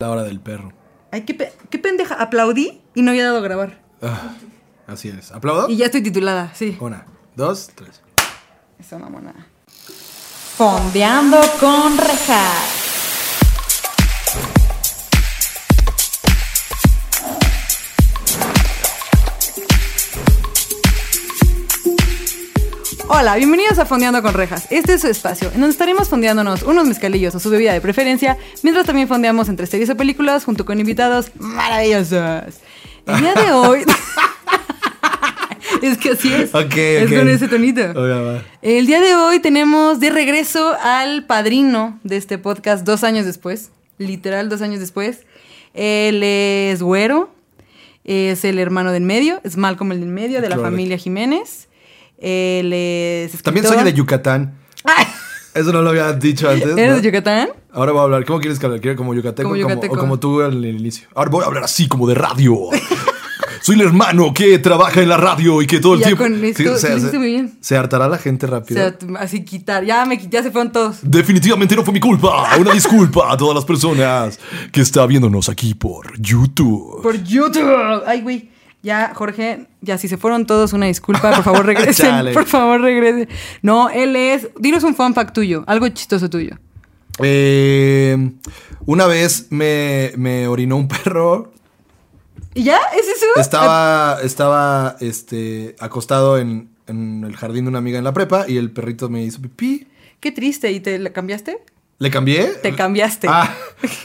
La hora del perro. Ay, qué, pe- qué pendeja. Aplaudí y no había dado a grabar. Ah, así es. ¿Aplaudo? Y ya estoy titulada, sí. Una, dos, tres. Eso mamona. Fondeando con rejas. Hola, bienvenidos a Fondeando con Rejas. Este es su espacio, en donde estaremos fondeándonos unos mezcalillos o su bebida de preferencia, mientras también fondeamos entre series o películas junto con invitados maravillosos. El día de hoy... es que así es. Ok, Es ok. con ese tonito. Oiga, va. El día de hoy tenemos de regreso al padrino de este podcast dos años después, literal dos años después. Él es güero, es el hermano del medio, es Malcolm el del medio, de la Claro. familia Jiménez. Él es escritor. También soy de Yucatán. ¡Ay! Eso no lo había dicho antes. ¿Eres ¿no? de Yucatán? Ahora voy a hablar. ¿Cómo quieres que hable? ¿Quiero como yucateco, Como yucateco. o como tú al inicio? Ahora voy a hablar así, como de radio. Soy el hermano que trabaja en la radio y que todo el Ya tiempo. con esto- sí lo hiciste muy bien. se hartará la gente O rápido. sea, t- así quitar, ya me qui- ya se fueron todos. Definitivamente no fue mi culpa. Una disculpa a todas las personas que está viéndonos aquí por YouTube. Por YouTube. Ay, güey. Ya, Jorge, ya si se fueron todos, una disculpa, por favor regresen. Chale. por favor regresen. No, él es. Dinos un fun fact tuyo, algo chistoso tuyo. Eh, una vez me, me orinó un perro. ¿Y ya? ¿Es eso? Ah, Estaba, estaba este, acostado en, en el jardín de una amiga en la prepa y el perrito me hizo pipí. Qué triste, ¿y te la cambiaste? ¿Le cambié? Te cambiaste. Ah,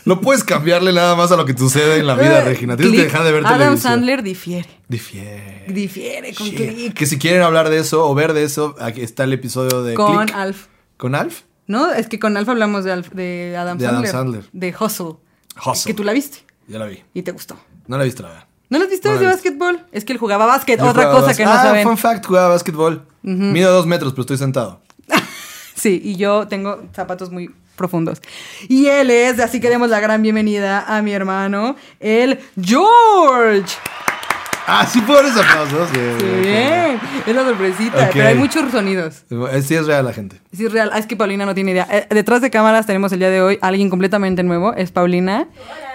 no puedes cambiarle nada más a lo que sucede en la vida, Eh, Regina. Tienes que Click. dejar de ver Adam televisión. Sandler difiere. Difiere. Difiere con Shit. Click. Que si quieren hablar de eso o ver de eso, aquí está el episodio de Con Click. Alf. ¿Con Alf? No, es que con Alf hablamos de, Alf- de Adam De Adam Sandler. Sandler. De Hustle. Hustle. Que tú la viste Ya la vi. y te gustó. No la he visto, la verdad. ¿No las viste No las la de he básquetbol? Es que él jugaba básquet, Yo otra jugaba cosa bas- que no ah, saben. fun fact, jugaba básquetbol. Mido dos metros, pero estoy sentado. Sí, y yo tengo zapatos muy profundos. Y él es, así que demos la gran bienvenida a mi hermano, el George. Ah, sí, pobres aplausos. Bien, Qué bien, bien. Es la sorpresita, Ok. pero hay muchos sonidos. bien. Eh, Sí, es real la gente. Sí, es real. Ah, Es que Paulina no tiene idea. Eh, detrás de cámaras tenemos el día de hoy a alguien completamente nuevo. Es Paulina,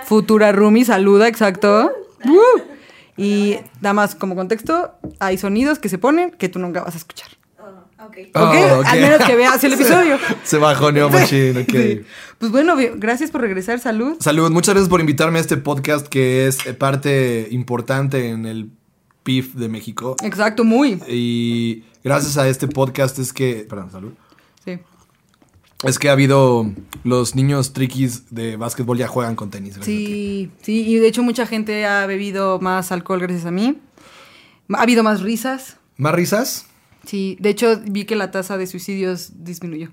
futura roomie. Saluda, exacto. ¡Uh! Y nada más como contexto, hay sonidos que se ponen que tú nunca vas a escuchar. Oh, ok. ¿Ok? Oh, ok. Al menos que veas el episodio. Se bajoneó machín, ok. Sí. Pues bueno, bien, gracias por regresar. Salud. Salud, muchas gracias por invitarme a este podcast que es eh, parte importante en el PIF de México. Exacto, muy. Y gracias a este podcast es que... Perdón, salud. Sí. Es que ha habido... Los niños triquis de básquetbol ya juegan con tenis. gracias a ti. Sí, sí. Y de hecho mucha gente ha bebido más alcohol gracias a mí. Ha habido más risas. ¿Más risas? Sí, de hecho vi que la tasa de suicidios disminuyó.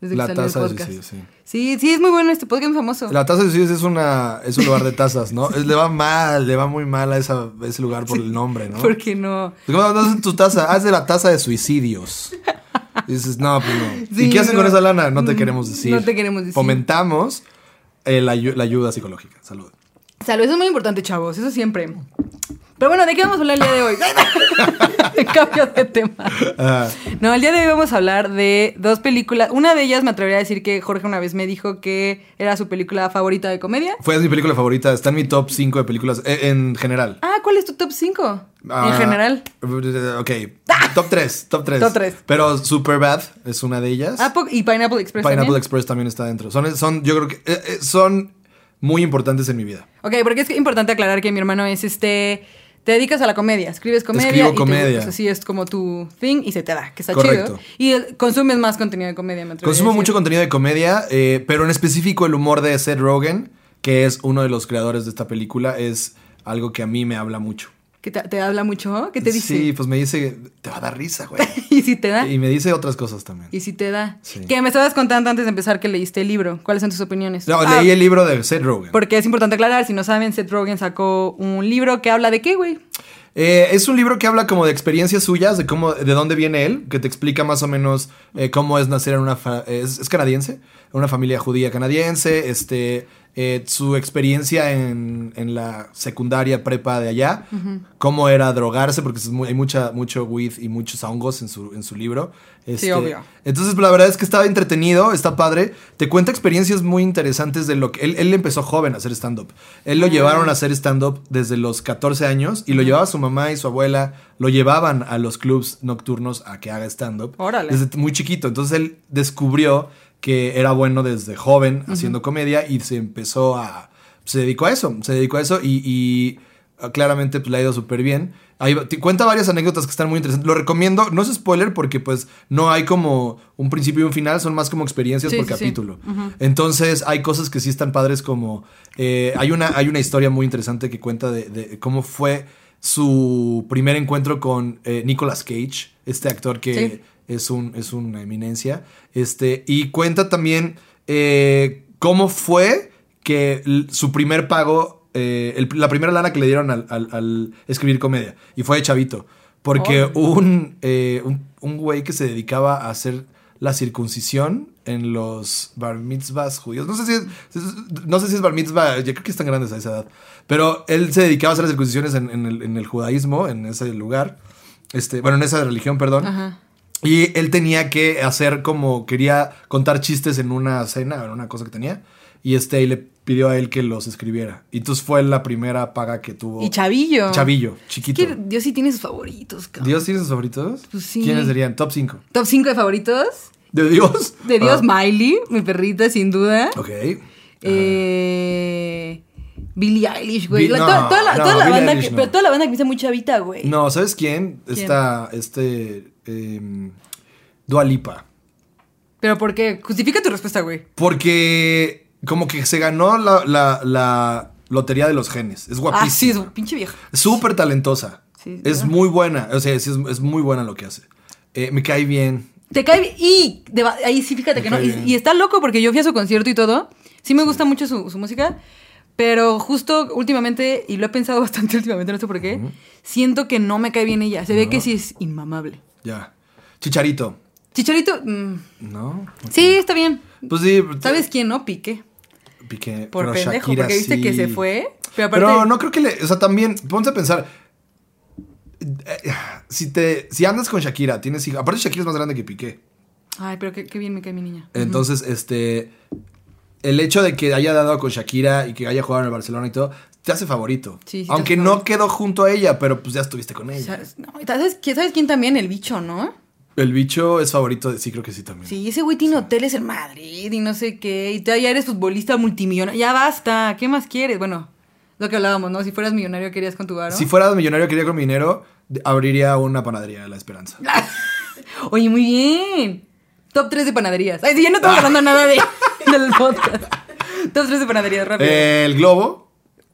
Desde La que salió el tasa de podcast. suicidios, sí. sí. Sí, es muy bueno este podcast, muy famoso. La taza de suicidios es una es un lugar de tazas, ¿no? Es- le va mal, le va muy mal a, esa- a ese lugar por el nombre, ¿no? Porque no. ¿Cómo haces tu taza? Haz de la taza de suicidios. Y dices, no, pues no. Sí, ¿Y qué hacen no. con esa lana? No te queremos Mm, decir. no te queremos decir. Fomentamos eh, la, ayu- la ayuda psicológica. Salud. Salud, eso es muy importante, chavos. Eso siempre. Pero bueno, ¿de qué vamos a hablar el día de hoy? Cambio de tema. Ah, No, el día de hoy vamos a hablar de dos películas. Una de ellas me atrevería a decir que Jorge una vez me dijo que era su película favorita de comedia. fue mi película favorita. Está en mi top 5 de películas eh, en general. Ah, ¿cuál es tu top 5? en Ah, general. eh, Ok. Top 3. Top 3. Top tres. Pero Superbad es una de ellas. Ah, po- y Pineapple Express. Pues Pineapple también? Express también está dentro. Son, son yo creo que eh, eh, son muy importantes en mi vida. Ok, porque es importante aclarar que mi hermano es este. Te dedicas a la comedia, escribes comedia. Escribo y te- comedia. pues, así es como tu thing y se te da, que está Correcto. chido. Y eh, consumes más contenido de comedia, me atrevería Consumo a decir. mucho contenido de comedia, eh, pero en específico el humor de Seth Rogen, que es uno de los creadores de esta película, es algo que a mí me habla mucho. ¿Que te, te habla mucho? ¿Qué te dice? Sí, pues me dice, te va a dar risa, güey. ¿Y si te da? y me dice otras cosas también. ¿Y si te da? Sí. Que me estabas contando antes de empezar que leíste el libro. ¿Cuáles son tus opiniones? No, Ah, leí el libro de Seth Rogen. Porque es importante aclarar, si no saben, Seth Rogen sacó un libro que habla de qué, güey. Eh, es un libro que habla como de experiencias suyas, de cómo, de dónde viene él, que te explica más o menos eh, cómo es nacer en una fa- es, es canadiense, en una familia judía canadiense, este eh, su experiencia en, en la secundaria prepa de allá, cómo era drogarse, porque es muy- hay mucha, mucho weed y muchos hongos en su, en su libro. Este, obvio. Entonces, la verdad es que estaba entretenido, está padre. Te cuenta experiencias muy interesantes de lo que. Él, él empezó joven a hacer stand-up. Él lo llevaron a hacer stand-up desde los 14 años y lo llevaba su mamá y su abuela, lo llevaban a los clubs nocturnos a que haga stand-up. Órale. Desde muy chiquito. Entonces él descubrió que era bueno desde joven haciendo comedia y se empezó a... Se dedicó a eso, se dedicó a eso y, y, ah, claramente pues, le ha ido súper bien. Ahí va- te cuenta varias anécdotas que están muy interesantes. Lo recomiendo, no es spoiler porque pues no hay como un principio y un final, son más como experiencias Sí, por sí, sí. capítulo. Entonces hay cosas que sí están padres como... eh, hay, una, hay una historia muy interesante que cuenta de, de cómo fue su primer encuentro con eh, Nicolas Cage, este actor que Sí. es, un, es una eminencia. Este, y cuenta también eh, cómo fue que l- su primer pago, eh, el- la primera lana que le dieron al, al- al escribir comedia, y fue de chavito, porque un, eh, un, un güey que se dedicaba a hacer la circuncisión en los bar mitzvahs judíos. No sé si es, es- no sé si es bar mitzvah, yo creo que están grandes a esa edad. Pero él se dedicaba a hacer las circuncisiones en, en el, en el judaísmo, en ese lugar. Este, bueno, en esa religión, perdón. Ajá. Y él tenía que hacer como quería contar chistes en una cena, en una cosa que tenía. Y este y le pidió a él que los escribiera. Y entonces fue la primera paga que tuvo. Y Chavillo. Oh. Chavillo, Es chiquito. que Dios sí tiene sus favoritos, cabrón. ¿Dios tiene sus favoritos? Pues sí. ¿Quiénes serían? Top 5. Top 5 de favoritos. ¿De Dios? De Dios, Ah, Miley, mi perrita, sin duda. Ok. Eh, Billie Eilish, güey. Bi- La- no, toda, toda la, no, toda la Billie banda Eilish que, no. Pero toda la banda que me hizo muy chavita, güey. No, ¿sabes quién? Está este. em, Dua Lipa. ¿Pero por qué? Justifica tu respuesta, güey. Porque como que se ganó la, la- la lotería de los genes. Es guapísima. Ah, sí, es pinche vieja. Súper talentosa. Sí, es ¿verdad? muy buena. O sea, sí, es, es muy buena lo que hace. Eh, me cae bien. Te cae bien. Y de va- ahí sí, fíjate que no. Me cae Y, bien. y está loco porque yo fui a su concierto y todo. Sí me gusta mucho su, su música. Pero justo últimamente, y lo he pensado bastante últimamente, no sé por qué, siento que no me cae bien ella. Se ve que sí es inmamable. Ya. Chicharito. Chicharito, mm, ¿No? sí, está bien. Pues sí. ¿Sabes quién no? Piqué. Piqué, Por pero pendejo, Shakira porque viste sí. que se fue. Pero aparte, Pero no creo que le. O sea, también, ponte a pensar. eh, Si te. Si andas con Shakira, tienes hija. Aparte, Shakira es más grande que Piqué. Ay, pero qué, qué bien me cae mi niña. Entonces, este. El hecho de que haya dado con Shakira y que haya jugado en el Barcelona y todo, te hace favorito. Sí, sí te Aunque hace no quedó junto a ella, pero pues ya estuviste con ella. ¿Sabes? No, ¿sabes, quién- ¿Sabes quién también? El bicho, ¿no? El bicho es favorito de sí, creo que sí también. Sí, ese güey tiene hoteles en Madrid y no sé qué. Y tú ya eres futbolista multimillonario. Ya basta. ¿Qué más quieres? Bueno, lo que hablábamos, ¿no? Si fueras millonario, querías con tu varo. Si fuera millonario, quería con mi dinero, de- abriría una panadería de la esperanza. Oye, muy bien. Top 3 de panaderías. Ay, sí, ya no Ah. estamos hablando nada de, del podcast. Top 3 de panaderías, rápido. El globo,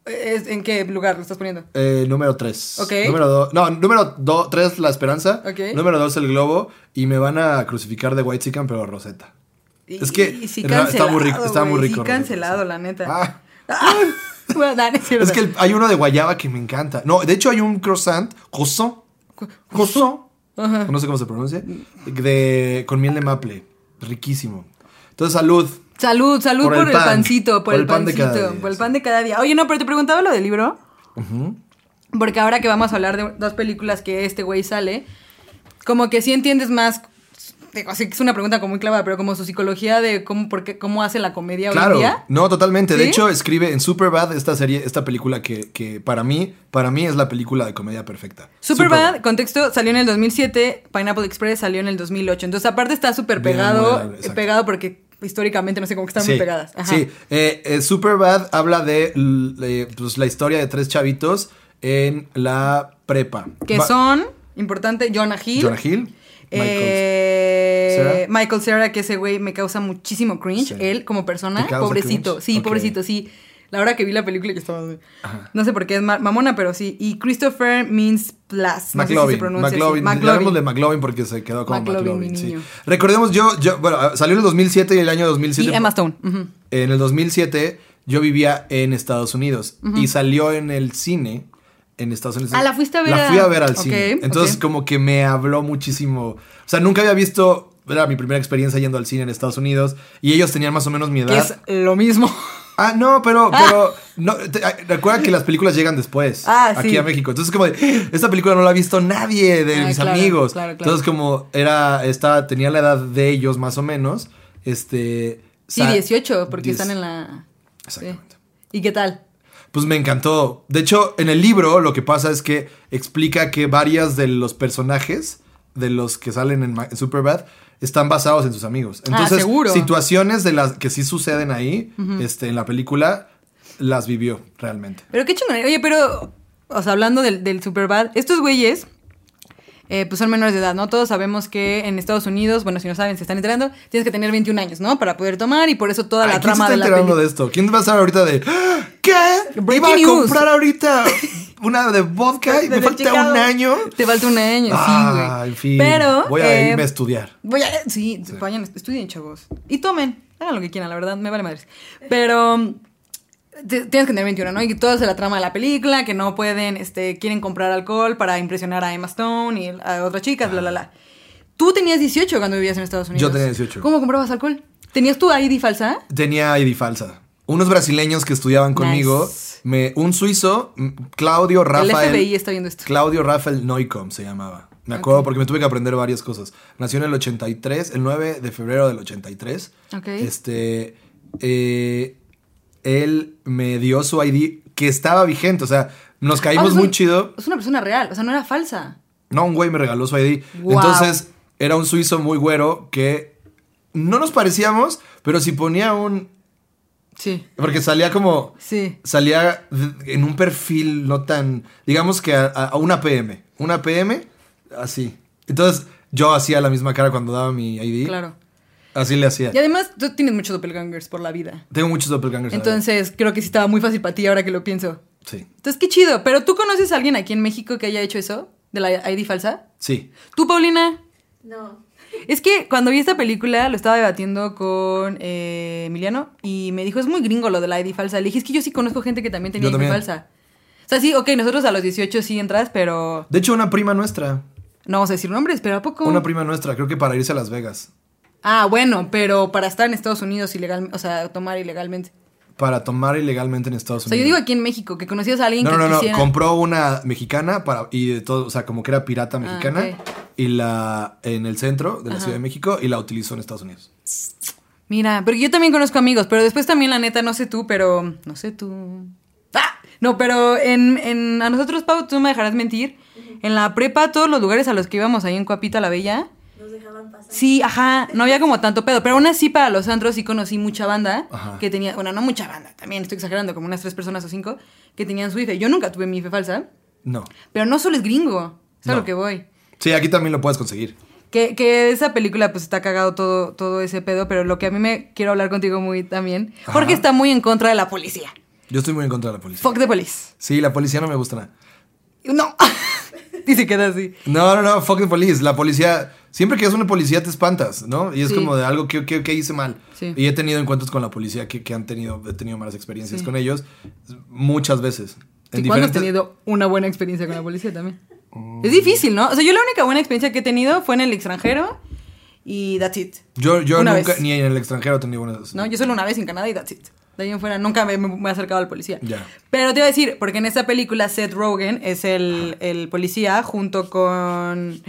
Es- ¿En qué lugar lo estás poniendo? eh, número 3. Ok. Número 2. No, número 3, la esperanza. Ok. Número 2, el globo. Y me van a crucificar de White Chicken, pero Rosetta. Es que Y- y sí en realidad está muy cancelado, rico, está muy güey, rico, Sí, Rosetta, cancelado, sí. la neta. Ah. Ah, bueno, no, no es cierto. Es que el- hay uno de guayaba que me encanta. No, de hecho hay un croissant, croissant, croissant, no sé cómo se pronuncia, de, con miel de maple. Riquísimo. Entonces, salud. Salud, salud por, Por el el pan. pancito, por el, pancito, de cada día, por el sí. pan de cada día. Oye, no, pero te preguntaba lo del libro. Porque ahora que vamos a hablar de dos películas que este güey sale, como que sí entiendes más. Digo, sé que es una pregunta como muy clavada, pero como su psicología de cómo, por qué- cómo hace la comedia hoy en Claro, día. no, totalmente. De ¿Sí? hecho, escribe en Superbad esta serie, esta película que, que para mí, para mí es la película de comedia perfecta. Superbad, contexto, salió en el 2007, Pineapple Express salió en el 2008. Entonces, aparte está súper Bien, pegado, muy, exacto. pegado porque históricamente no sé cómo que están muy pegadas. Ajá. Sí, Eh, eh, Superbad habla de, l- eh, pues, la historia de tres chavitos en la prepa. Que Va- son, importante, Jonah Hill. Jonah Hill, Michael Eh, Cera. Michael Cera, que ese güey me causa muchísimo cringe. Sí. Él, como persona, ¿Te causa pobrecito. cringe? Sí, Ok. pobrecito, sí. La hora que vi la película, yo estaba. de- No sé por qué es ma- mamona, pero sí. Y Christopher Means Plus. No sé si se McLovin, pronuncia así. McLovin, hablamos de McLovin porque se quedó como McLovin, McLovin. mi sí. niño. Recordemos, yo, yo, bueno, ah, salió en el 2007 y el año 2007. Y Emma Stone. ujú. En el 2007 yo vivía en Estados Unidos y salió en el cine en Estados Unidos. Ah, la fuiste a ver La a- fui a ver al Ok, cine. Entonces ok. como que me habló muchísimo. O sea, nunca había visto, era mi primera experiencia yendo al cine en Estados Unidos y ellos tenían más o menos mi edad. Que es lo mismo. Ah, no, pero, pero no, te- ah, recuerda que las películas llegan después Ah, sí. aquí a México. Entonces, como de, esta película no la ha visto nadie de Ah, mis claro, amigos. claro, claro. Entonces, como era, estaba, tenía la edad de ellos más o menos. Este. Sí, sa- 18, porque diez- están en la... Exactamente. sí. ¿Y qué tal? Pues me encantó. De hecho, en el libro lo que pasa es que explica que varias de los personajes de los que salen en Ma- en Superbad están basados en sus amigos. Entonces, Ah, seguro. situaciones de las que sí suceden ahí, este, en la película, las vivió realmente. Pero qué chingón. Oye, pero, o sea, hablando del, del Superbad, estos güeyes, eh, pues son menores de edad, ¿no? Todos sabemos que en Estados Unidos, bueno, si no saben, se están enterando, tienes que tener 21 años, ¿no? Para poder tomar y por eso toda la Ay, ¿Quién se trama está de la enterando peli- de esto? ¿Quién va a estar ahorita de "Ah, ¿Qué? Breaking Iba a news. comprar ahorita una de vodka y me Desde falta Chicago. un año. Te falta un año, sí, ah, güey. en fin. Pero. Voy a eh, irme a estudiar. Voy a. Sí, vayan, estudien, chavos. Y tomen. Hagan lo que quieran, la verdad, me vale madres. Pero. mm, te- Tienes que tener 21, ¿no? Y todo es la trama de la película, que no pueden, este, quieren comprar alcohol para impresionar a Emma Stone y a otras chicas, bla, bla, bla. Tú tenías 18 cuando vivías en Estados Unidos. Ah. Yo tenía 18. ¿Cómo comprabas alcohol? ¿Tenías tu ID falsa? Tenía ID falsa. Unos brasileños que estudiaban conmigo, Nice. me, un suizo, m- Claudio El Rafael. FBI está viendo esto. Claudio Rafael Neukom se llamaba. Me acuerdo porque me tuve que aprender varias cosas. Nació en el 83, el 9 de febrero del 83. Ok. Este. eh, él me dio su ID que estaba vigente. O sea, nos Ah, caímos es muy un- chido. Es una persona real, o sea, no era falsa. No, un güey me regaló su ID. Wow. Entonces, era un suizo muy güero que no nos parecíamos, pero si ponía un. Sí, Porque salía como sí. salía d- en un perfil no tan, digamos que a, a- a una PM, una PM, así. Entonces yo hacía la misma cara cuando daba mi ID. Claro. Así le hacía. Y además, tú tienes muchos doppelgangers por la vida. Tengo muchos doppelgangers. la Entonces, creo que sí estaba muy fácil para ti ahora que lo pienso. verdad. Sí, Entonces, qué chido. Pero tú conoces a alguien aquí en México que haya hecho eso, de la ID falsa. sí. Tú, Paulina. No. Es que cuando vi esta película lo estaba debatiendo con eh, Emiliano y me dijo, es muy gringo lo de la ID falsa. Le dije, es que yo sí conozco gente que también tenía Yo ID también. falsa. O sea, sí, ok, nosotros a los 18 sí entras, pero De hecho, una prima nuestra, no vamos a decir nombres, pero ¿a poco? una prima nuestra, creo que para irse a Las Vegas, ah, bueno, pero para estar en Estados Unidos ilegalmente, o sea, tomar ilegalmente. para tomar ilegalmente en Estados O sea, Unidos. yo digo aquí en México, que conocías a alguien no, que no, no, quisiera... compró una mexicana para y de todo, o sea, como que era pirata mexicana Ah, ok. y la en el centro de la Ciudad de México y la utilizó en Estados Unidos. Mira, porque yo también conozco amigos, pero después también, la neta, no sé tú, pero. No sé tú. ¡Ah! No, pero en, en- a nosotros, Pau, tú no me dejarás mentir. En la prepa, todos los lugares a los que íbamos ahí en Coapita la Bella. Nos dejaban pasar. Sí, ajá, no había como tanto pedo. Pero aún así, para los antros sí conocí mucha banda Ajá. que tenía. Bueno, no mucha banda, también estoy exagerando, como unas tres personas o cinco que tenían su IFE. Yo nunca tuve mi IFE falsa, No. pero no solo es gringo, es a No. lo que voy. Sí, aquí también lo puedes conseguir. Que, que esa película pues está cagado todo, todo ese pedo, pero lo que a mí me quiero hablar contigo muy también, Jorge Ajá. está muy en contra de la policía. Yo estoy muy en contra de la policía. Fuck the police. Sí, la policía no me gusta nada. No. y se queda así. No, no, no, fuck the police. La policía, siempre que es una policía te espantas, ¿no? Y es Sí. como de algo que, que, que hice mal. Sí. Y he tenido encuentros con la policía que, que han tenido, he tenido malas experiencias Sí. con ellos muchas veces. ¿Y cuándo has tenido una buena experiencia con la policía también? Mm. Es difícil, ¿no? O sea, yo la única buena experiencia que he tenido fue en el extranjero y that's it. Yo, yo Una nunca, vez. ni en el extranjero he tenido buenas. ¿no? Yo solo una vez en Canadá y that's it. De ahí en fuera nunca me, me he acercado al policía. Ya. Pero te iba a decir, porque en esta película Seth Rogen es el, el policía junto con...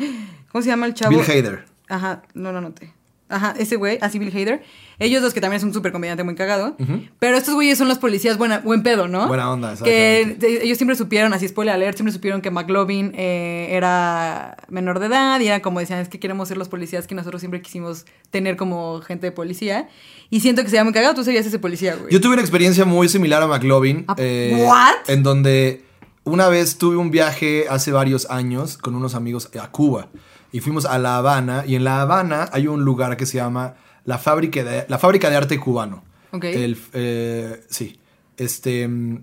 ¿Cómo se llama el chavo? Bill Hader. Ajá, no lo anoté. Ajá, ese güey, así Bill Hader. Ellos dos, que también es un súper comediante muy cagado. Pero estos güeyes son los policías buena, buen pedo, ¿no? Buena onda, Que exactamente. de- ellos siempre supieron, así spoiler alert, siempre supieron que McLovin eh, era menor de edad y era como decían, es que queremos ser los policías que nosotros siempre quisimos tener como gente de policía. Y siento que sería muy cagado, tú serías ese policía, güey. Yo tuve una experiencia muy similar a McLovin. eh, Ah, ¿what? En donde una vez tuve un viaje hace varios años con unos amigos a Cuba. Y fuimos a La Habana. Y en La Habana hay un lugar que se llama La Fábrica de, la Fábrica de Arte Cubano. Ok. El, eh, sí. Este. mm,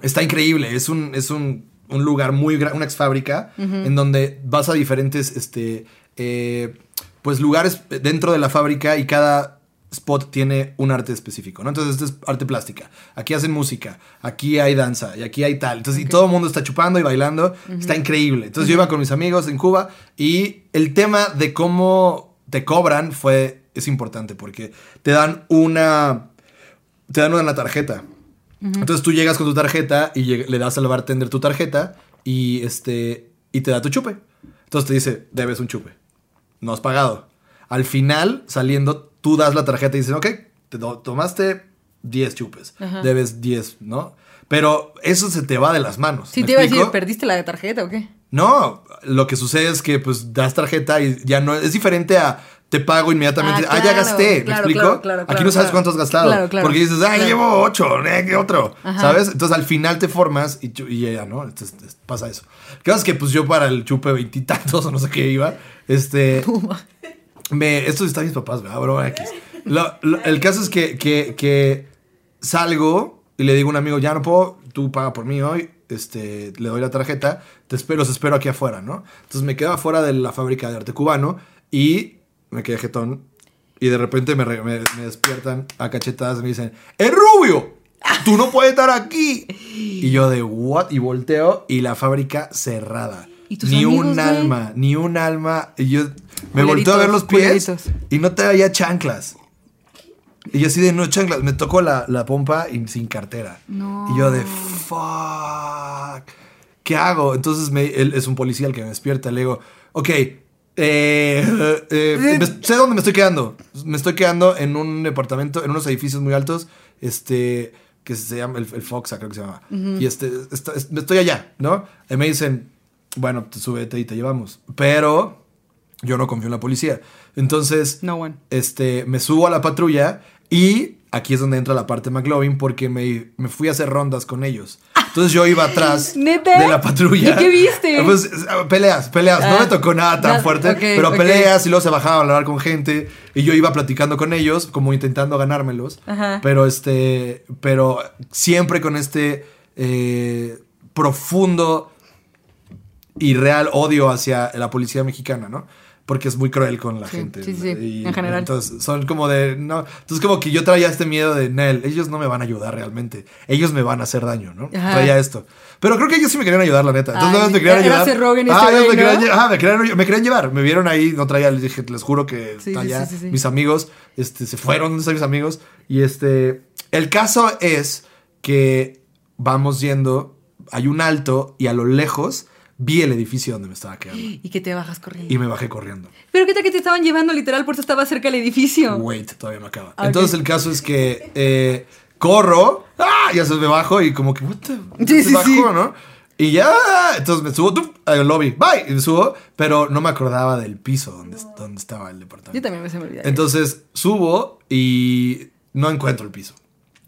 Está increíble. Es un, es un, un lugar muy grande, una ex fábrica, en donde vas a diferentes, este, eh, pues lugares dentro de la fábrica y cada spot tiene un arte específico, ¿no? Entonces, este es arte plástica. Aquí hacen música, aquí hay danza y aquí hay tal. Entonces, y todo el mundo está chupando y bailando. Está increíble. Entonces, yo iba con mis amigos en Cuba y el tema de cómo te cobran fue, es importante porque te dan una te dan una tarjeta. Entonces tú llegas con tu tarjeta y lleg- le das al bartender tu tarjeta y, este, y te da tu chupe. Entonces te dice, debes un chupe. No has pagado. Al final, saliendo, tú das la tarjeta y dices, ok, te do- tomaste 10 chupes. Debes 10, ¿no? Pero eso se te va de las manos. Si ¿me te iba a explico? decir, ¿perdiste la tarjeta o qué? No, lo que sucede es que pues das tarjeta y ya no es diferente a te pago inmediatamente. Ah, Ah, ya claro, gasté, ¿me claro, explico? claro, claro, Aquí claro, no sabes claro. cuánto has gastado. Claro, claro, porque dices, ah, claro. llevo ocho, eh, que otro. Ajá. ¿Sabes? Entonces al final te formas y, chu- y ya, ¿no? Entonces, es- pasa eso. ¿Qué pasa? es Que pues yo para el chupe veintitantos o no sé qué iba, este. Me, esto está mis papás, ¿verdad, bro? X. Lo- lo- el caso es que, que, que salgo y le digo a un amigo, ya no puedo, tú paga por mí hoy, este, le doy la tarjeta, te espero, los espero aquí afuera, ¿no? Entonces me quedo afuera de la fábrica de arte cubano y me quedé jetón. Y de repente me, re- me- me despiertan a cachetadas y me dicen, ¡Es rubio! ¡Tú no puedes estar aquí! Y yo de, ¿what? Y volteo y la fábrica cerrada. ¿Y tus ni amigos, un güey? alma, ni un alma. Y yo me volteo Culeritos, a ver los pies culeritos. y no te veía chanclas. Y yo así de no chanclas, me tocó la, la pompa y sin cartera. Y yo de fuck, ¿qué hago? Entonces me- él es un policía el que me despierta. Le digo, ok, eh, eh, eh, me- sé dónde me estoy quedando. Me estoy quedando en un departamento, en unos edificios muy altos, este, que se llama, el, el Foxa creo que se llama. Y este, esta- es- me estoy allá, ¿no? Y me dicen, bueno, te súbete y te llevamos. Pero yo no confío en la policía. Entonces, No one. este, me subo a la patrulla y aquí es donde entra la parte McLovin porque me, me fui a hacer rondas con ellos. Entonces yo iba atrás ¿Neta? de la patrulla. ¿Y qué viste? Pues, peleas, peleas. no Ah, me tocó nada tan no, fuerte, ok, pero ok. peleas y luego se bajaban a hablar con gente y yo iba platicando con ellos, como intentando ganármelos. Ajá. Pero este, pero siempre con este eh, profundo y real odio hacia la policía mexicana, ¿no? Porque es muy cruel con la Sí, gente. sí, sí, Y en general. Entonces, son como de. No, entonces, como que yo traía este miedo de Nel, ellos no me van a ayudar realmente. Ellos me van a hacer daño, ¿no? Ajá. Traía esto. Pero creo que ellos sí me querían ayudar, la neta. Entonces, Ay, nada más me querían era ayudar. Seth Rogen ah, este ellos me güey, querían, ¿no? lle- ah, me querían, me querían llevar. Me vieron ahí, no traía, les dije, les juro que Sí, está sí, allá. sí, sí, sí. Mis amigos este, se fueron, ¿dónde están mis amigos? Y este. El caso es que vamos yendo, hay un alto y a lo lejos vi el edificio donde me estaba quedando. Y que te bajas corriendo. Y me bajé corriendo. Pero qué tal que te estaban llevando literal, por eso estaba cerca del edificio. Wait, todavía no acaba. Ah, Entonces ok. el caso es que eh, corro, ¡ah! ya se me bajo y como que, what the- Sí, se sí, bajó, sí. ¿no? Y ya, entonces me subo ¡tup! al lobby, bye, y me subo, pero no me acordaba del piso donde, donde estaba el departamento. Yo también me se me olvidó. Entonces subo y no encuentro el piso.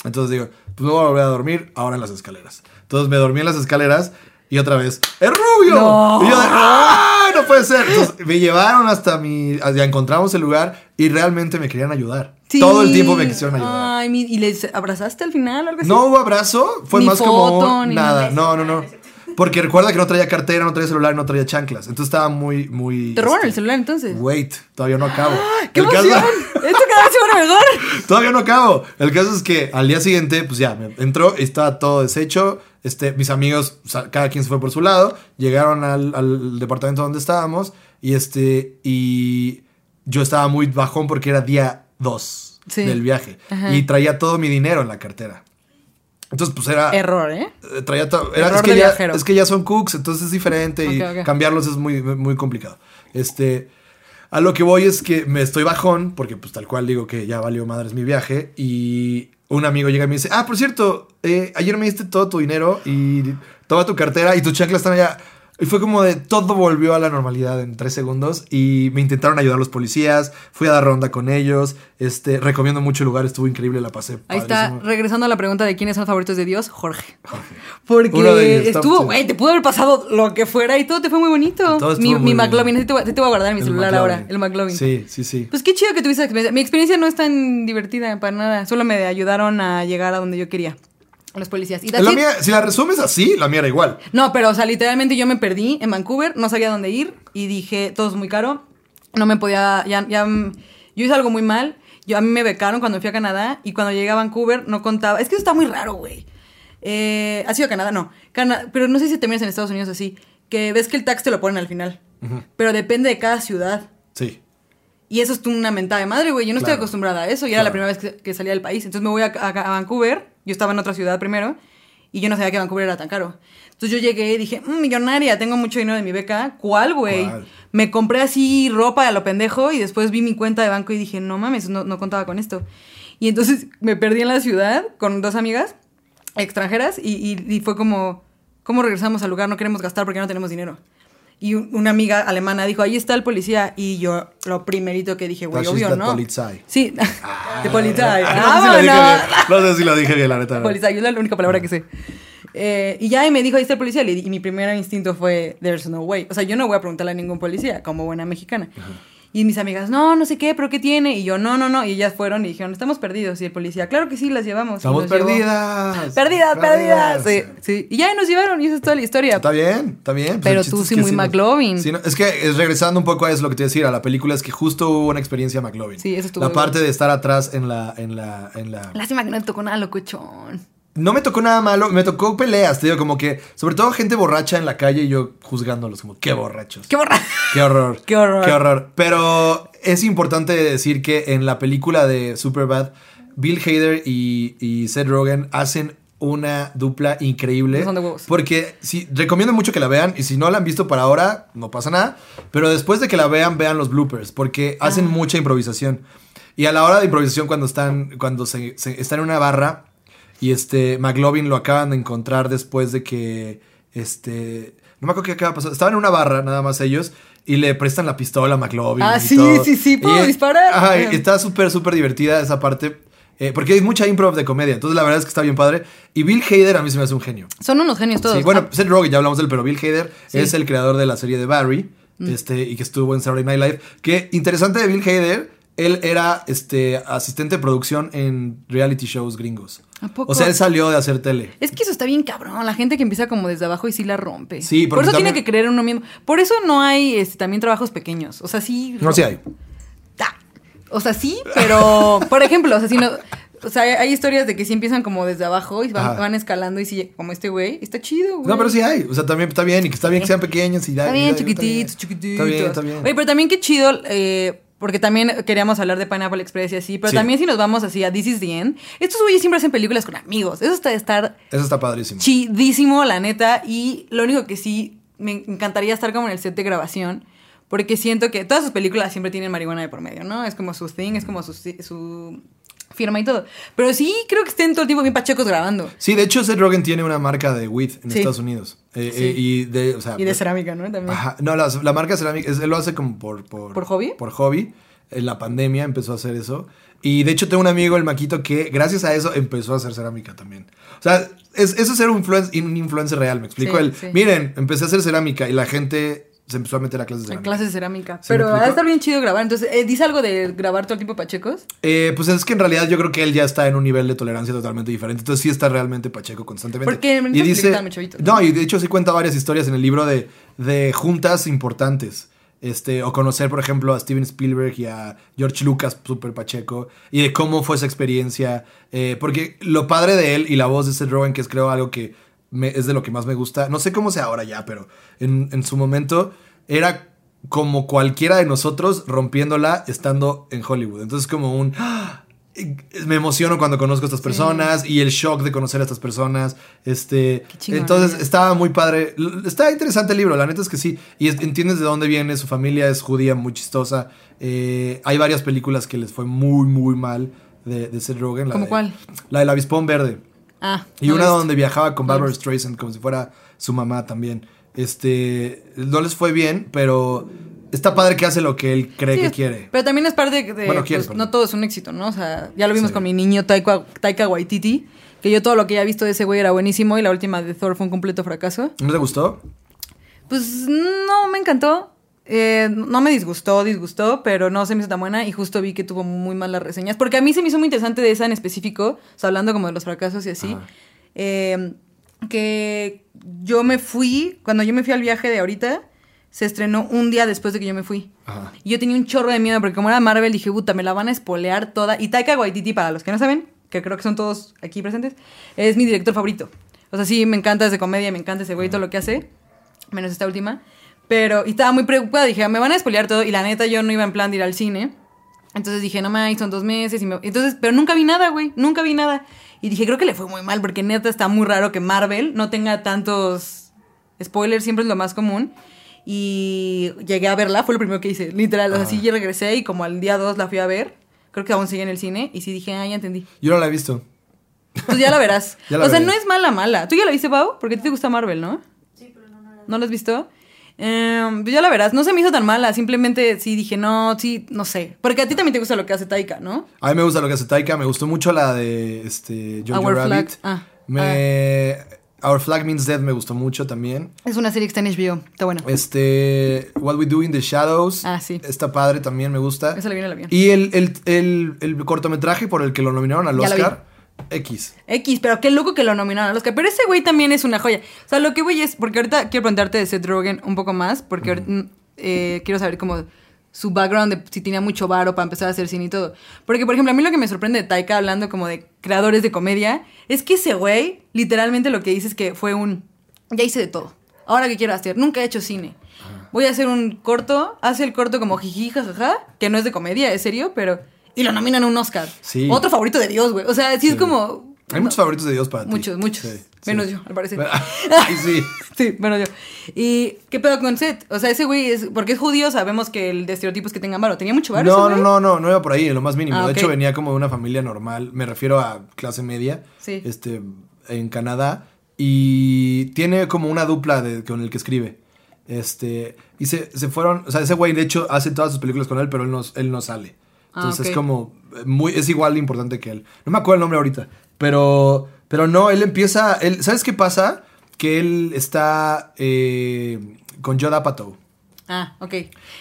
Entonces digo, pues me voy a volver a dormir ahora en las escaleras. Entonces me dormí en las escaleras y otra vez, ¡es rubio! No. Y yo de, ¡ah! No puede ser. Entonces me llevaron hasta mi. Ya encontramos el lugar y realmente me querían ayudar. Sí. Ah, Todo el tiempo me quisieron ayudar. Ay, mi- ¿y les abrazaste al final o algo así? No hubo abrazo, fue Ni más foto, como ni un- nada. No, no, no. Porque recuerda que no traía cartera, no traía celular, no traía chanclas. Entonces estaba muy, muy. ¿Te robaron el este, celular entonces? ¡Ah! Wait, todavía no acabo. ¡Qué El caso- emoción! Esto cada vez se pone mejor. Todavía no acabo. El caso es que al día siguiente, pues ya, me entró, estaba todo deshecho. Este, mis amigos, o sea, cada quien se fue por su lado. Llegaron al, al departamento donde estábamos. Y este, y yo estaba muy bajón porque era día 2 Sí. del viaje. Ajá. Y traía todo mi dinero en la cartera. Entonces, pues era. Error, ¿eh? Eh, traía to- era- Error es, que de ya, viajero. es que ya son cooks, entonces es diferente Ok, y ok. cambiarlos es muy, muy complicado. Este, a lo que voy es que me estoy bajón, porque pues tal cual digo que ya valió madres mi viaje, y un amigo llega y me dice, ah, por cierto, eh, ayer me diste todo tu dinero y toma tu cartera y tus chanclas están allá. Y fue como de todo volvió a la normalidad en tres segundos y me intentaron ayudar los policías, fui a dar ronda con ellos, este, recomiendo mucho el lugar, estuvo increíble, la pasé. Ahí está, padrísimo. regresando a la pregunta de quiénes son favoritos de Dios, Jorge. Porque Uno de ellos, top estuvo, two. güey, te pudo haber pasado lo que fuera y todo te fue muy bonito. Todo estuvo mi muy mi bien. McLovin, ese te, voy- ese te voy a guardar en mi El celular McLovin. ahora, el McLovin. Sí, sí, sí. Pues qué chido que tuviste esa experiencia. Mi experiencia no es tan divertida para nada. Solo me ayudaron a llegar a donde yo quería. Los policías. Y that's La it. mía, si la resumes así, la mía era igual. No, pero, o sea, literalmente yo me perdí en Vancouver, no sabía dónde ir y dije, todo es muy caro, no me podía, ya, ya, mm, yo hice algo muy mal, yo, a mí me becaron cuando fui a Canadá y cuando llegué a Vancouver no contaba, es que eso está muy raro, güey. Eh, ¿Has ido a Canadá? No, Cana- pero no sé si terminas en Estados Unidos así, que ves que el tax te lo ponen al final, pero depende de cada ciudad. Sí. Y eso es una mentada de madre, güey. Yo no Claro. estoy acostumbrada a eso. Y era la primera vez que, que salía del país. Entonces me voy a, a- a Vancouver. Yo estaba en otra ciudad primero. Y yo no sabía que Vancouver era tan caro. Entonces yo llegué y dije, "Mm, millonaria, tengo mucho dinero de mi beca. ¿Cuál, güey? ¿Cuál? Me compré así ropa a lo pendejo. Y después vi mi cuenta de banco y dije, no mames, no, no contaba con esto. Y entonces me perdí en la ciudad con dos amigas extranjeras. Y, y- y fue como, ¿cómo regresamos al lugar? No queremos gastar porque no tenemos dinero. Y un- una amiga alemana dijo, ahí está el policía. Y yo, lo primerito que dije, güey, That's obvio, just ¿no? that Polizei. Sí, Ah, Ah, de Polizei. no, sé si lo dije ¡Vámonos! bien. no sé si lo dije bien, la neta. no. Polizei, es la única palabra Ah. que sé. Eh, y ya y me dijo, ahí está el policía. le di- Y mi primer instinto fue, there's no way. O sea, yo no voy a preguntarle a ningún policía, como buena mexicana. Y mis amigas, no, no sé qué, pero ¿qué tiene? Y yo, no, no, no. Y ellas fueron y dijeron, estamos perdidos. Y el policía, claro que sí, las llevamos. Y Estamos nos llevó. perdidas. Perdidas, perdidas. Sí, sí. Y ya nos llevaron y esa es toda la historia. Está bien, está bien. pues Pero el chiste tú es sí que muy nos- McLovin. sí, no- es que es, regresando un poco a eso, lo que te decía, a la película es que justo hubo una experiencia McLovin. Sí, eso estuvo La muy parte de estar atrás en la, en la, en la. Lástima que no te tocó nada locochón. No me tocó nada malo, me tocó peleas, te digo, como que, sobre todo gente borracha en la calle y yo juzgándolos, como, qué borrachos. ¡Qué borra! Qué horror. Qué horror. Qué horror. Pero es importante decir que en la película de Superbad, Bill Hader y, y Seth Rogen hacen una dupla increíble. Son de huevos. Porque sí, recomiendo mucho que la vean. Y si no la han visto para ahora, no pasa nada. Pero después de que la vean, vean los bloopers. Porque hacen mucha improvisación. Y a la hora de improvisación, cuando están, cuando se, se- están en una barra, y este, McLovin lo acaban de encontrar después de que. Este. No me acuerdo qué acaba de pasar. Estaban en una barra, nada más ellos. Y le prestan la pistola a McLovin. Ah, y sí, todo. sí, sí, puedo Y, eh, disparar. ajá, y Bien. está súper, súper divertida esa parte. eh, porque hay mucha improv de comedia. Entonces, la verdad es que está bien padre. Y Bill Hader a mí se me hace un genio. Son unos genios todos. Sí, bueno, Ah, Seth Rogen, ya hablamos del pero Bill Hader es el creador de la serie de Barry, Mm. este, y que estuvo en Saturday Night Live. Que interesante de Bill Hader, él era este, asistente de producción en reality shows gringos. ¿A poco? O sea, él salió de hacer tele. es que eso está bien cabrón. La gente que empieza como desde abajo y sí la rompe. Sí, porque Por eso también- tiene que creer en uno mismo. Por eso no hay este, también trabajos pequeños. O sea, sí. No sé, hay. Ah, O sea, sí, pero. Por ejemplo, o sea, si no. O sea, hay- hay historias de que sí empiezan como desde abajo y van, Ajá. van escalando y sí, como este güey. Está chido, güey. No, pero sí hay. O sea, también está bien, y que está bien que sean pequeños y da- Está y bien, da- chiquititos, está bien. chiquititos. Está bien, está bien. Oye, pero también qué chido, eh, porque también queríamos hablar de Pineapple Express y así, pero Sí. también si nos vamos así a This is the End, estos güeyes siempre hacen películas con amigos. Eso está de estar Eso está padrísimo. chidísimo, la neta. Y lo único que sí, me encantaría estar como en el set de grabación. Porque siento que todas sus películas siempre tienen marihuana de por medio, ¿no? Es como su thing, es como su, su firma y todo. Pero sí creo que estén todo el tiempo bien pachecos grabando. Sí, de hecho, Seth Rogen tiene una marca de weed en Sí. Estados Unidos. Eh, Sí. eh, y de, o sea, Y de pues, cerámica, ¿no? También. Ajá. No, la, la marca cerámica, es- él lo hace como por... ¿Por, ¿Por hobby? Por hobby. En la pandemia empezó a hacer eso. Y de hecho tengo un amigo, el Maquito, que gracias a eso empezó a hacer cerámica también. O sea, es- eso es ser un, influen- un influencer real, me explico. Sí, el, sí. Miren, empecé a hacer cerámica y la gente se empezó a meter a clases de En cerámica. clases de cerámica. ¿Sí me Pero va a explico? estar bien chido grabar. Entonces, eh, dice algo de grabar todo el tiempo pachecos. Eh, pues es que en realidad yo creo que él ya está en un nivel de tolerancia totalmente diferente. Entonces sí está realmente pacheco constantemente. Porque en y Netflix dice, está muy chavito, ¿no? no, y de hecho sí cuenta varias historias en el libro de, de juntas importantes. Este, o conocer, por ejemplo, a Steven Spielberg y a George Lucas, super pacheco, y de cómo fue esa experiencia. eh, porque lo padre de él y la voz de Seth Rogen, que es creo algo que me- es de lo que más me gusta, no sé cómo sea ahora ya, pero en, en su momento era como cualquiera de nosotros rompiéndola estando en Hollywood. Entonces como un... ¡ah! Me emociono cuando conozco a estas personas y el shock de conocer a estas personas. Este, chingón, entonces ¿no? estaba muy padre. L- Está interesante el libro, la neta es que sí. Y es- entiendes de dónde viene, su familia es judía, muy chistosa. Eh, hay varias películas que les fue muy, muy mal de, de Seth Rogen. la ¿Cómo de- cuál? La del avispón verde. Ah. Y no lo una he visto. donde viajaba con No lo he Barbara Streisand como si fuera su mamá también. Este, no les fue bien, pero está padre que hace lo que él cree Sí, que es- quiere. Pero también es parte de. Bueno, pues, quiere, perdón. no todo es un éxito, ¿no? O sea, ya lo vimos Sí. con mi niño Taika, Taika Waititi. Que yo todo lo que ya he visto de ese güey era buenísimo. Y la última de Thor fue un completo fracaso. ¿No te gustó? Pues no, me encantó. Eh, no me disgustó, disgustó, pero no se me hizo tan buena y justo vi que tuvo muy malas reseñas. Porque a mí se me hizo muy interesante de esa en específico, o sea, hablando como de los fracasos y así, Ajá. eh, que yo me fui, cuando yo me fui al viaje de ahorita, se estrenó un día después de que yo me fui. Ajá. Y yo tenía un chorro de miedo porque como era Marvel dije, puta, me la van a espolear toda. Y Taika Waititi, para los que no saben, que creo que son todos aquí presentes, es mi director favorito. O sea, sí, me encanta desde comedia, me encanta ese güey, todo lo que hace, menos esta última. Pero, y estaba muy preocupada, dije, me van a despolear todo. Y la neta, yo no iba en plan de ir al cine. Entonces dije, no mames, son dos meses. Y me- Entonces, pero nunca vi nada, güey. Nunca vi nada. Y dije, creo que le fue muy mal, porque neta está muy raro que Marvel no tenga tantos spoilers, siempre es lo más común. Y llegué a verla, fue lo primero que hice, literal. Ah. así yo regresé y como al día dos la fui a ver. Creo que aún sigue en el cine. Y sí dije, ah, ya entendí. Yo no la he visto. Entonces ya la verás. Ya la o sea, veré. no es mala, mala. ¿Tú ya la viste, Pau? Porque a ti te gusta Marvel, ¿no? ¿No lo has visto? Em, pues ya la verás. No se me hizo tan mala. Simplemente sí dije, no, sí, no sé. Porque a ti también te gusta lo que hace Taika, ¿no? A mí me gusta lo que hace Taika, me gustó mucho la de este, Jojo Our Flag, Rabbit. ah, me, Our Flag Means Death me gustó mucho también. Es una serie que está en HBO. Está buena. Este, What We Do in the Shadows. Ah, sí. Está padre también, me gusta. Esa la vi en el avión. Y el, el- el- el cortometraje por el que lo nominaron al Ya la vi. Oscar, X. X, pero qué loco que lo nominaron al Oscar. Pero ese güey también es una joya. O sea, lo que voy es. Porque ahorita quiero preguntarte de Seth Rogen un poco más. Porque ahorita, mm, eh, quiero saber como su background, de si tenía mucho varo para empezar a hacer cine y todo. Porque, por ejemplo, a mí lo que me sorprende de Taika hablando como de creadores de comedia es que ese güey, literalmente lo que dice es que fue un. Ya hice de todo. Ahora qué quiero hacer. Nunca he hecho cine. Voy a hacer un corto. Hace el corto como jiji, jajaja. Que no es de comedia, es serio, pero. Y lo nominan a un Oscar. Sí. Otro favorito de Dios, güey. O sea, sí, es como. Hay muchos favoritos de Dios para ti. Muchos, muchos. Sí, sí. Menos yo, al parecer. Ay, sí. sí, menos yo. ¿Y qué pedo con Seth? O sea, ese güey es. Porque es judío, sabemos que el de estereotipos que tengan varo. ¿Tenía mucho varo? ese No, no, güey? no, no, no iba por ahí, en lo más mínimo. Ah, de ok. hecho, venía como de una familia normal, me refiero a clase media, Sí. este, en Canadá, y tiene como una dupla de- con el que escribe. Este, y se, se fueron, o sea, ese güey de hecho hace todas sus películas con él, pero él no, él no sale. Ah, Entonces ok. es como, eh, muy, es igual de importante que él. No me acuerdo el nombre ahorita, pero, pero no, él empieza, él, ¿sabes qué pasa? Que él está eh, con Judd Apatow Ah, ok.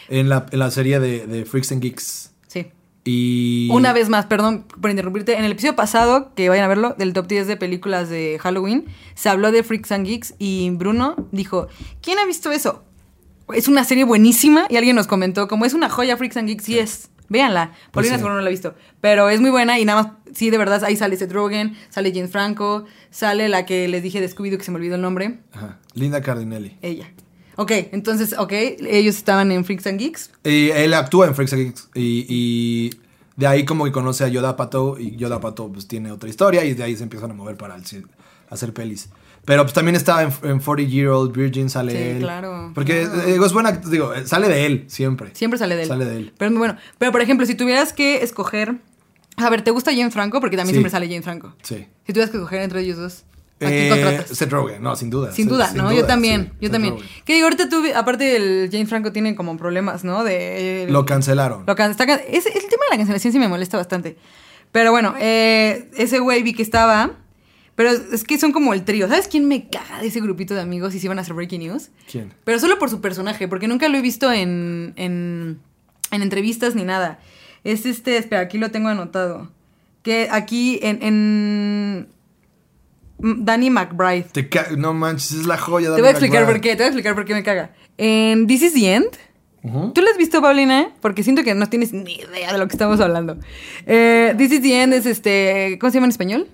en la, en la serie de, de Freaks and Geeks. Sí. Y. Una vez más, perdón por interrumpirte. En el episodio pasado, que vayan a verlo, del top 10 de películas de Halloween, se habló de Freaks and Geeks y Bruno dijo: ¿Quién ha visto eso? Es una serie buenísima y alguien nos comentó: como es una joya Freaks and Geeks, sí es. Véanla. Paulina Pues sí. seguro no la ha visto. Pero es muy buena y nada más, sí, de verdad, ahí sale Seth Rogen, sale James Franco, sale la que les dije de Scooby-Doo, que se me olvidó el nombre, Ajá, Linda Cardinelli. ella. Ok, entonces, ok, ellos estaban en Freaks and Geeks. Y él actúa en Freaks and Geeks. Y, y de ahí, como que conoce a Yoda Pato. Y Yoda Pato, pues tiene otra historia. Y de ahí se empiezan a mover para el cine- hacer pelis. Pero pues también estaba en, en 40 Year Old Virgin, sale Sí, él. claro, Porque claro. eh, digo, es buena. Digo, eh, sale de él siempre. Siempre sale de él. Sale de él. Pero es muy bueno. Pero, por ejemplo, si tuvieras que escoger. A ver, ¿te gusta James Franco? Porque también Sí. siempre sale James Franco. Sí. Si tuvieras que escoger entre ellos dos, ¿a quién Eh, contratas? Seth Rogen, no, sin duda. Sin Seth- duda, ¿no? yo duda, también, sí, yo Seth también. Rogen. Que digo, ahorita tuve, aparte el James Franco tiene como problemas, ¿no? De... Lo cancelaron. Lo can- está can- es- el tema de la cancelación sí me molesta bastante. Pero bueno, eh, ese güey vi que estaba. Pero es es que son como el trío. ¿Sabes quién me caga de ese grupito de amigos y si iban a hacer Breaking News? ¿Quién? Pero solo por su personaje, porque nunca lo he visto en, en, en entrevistas ni nada. Es este, espera, aquí lo tengo anotado. Que aquí en... en mm, Danny McBride. Te ca- no manches, es la joya. Te voy a explicar por qué, te voy a explicar por qué me caga. En This is the End, ¿tú lo has visto, Paulina? Porque siento que no tienes ni idea de lo que estamos hablando. Eh, This is the End es este, ¿cómo se llama en español?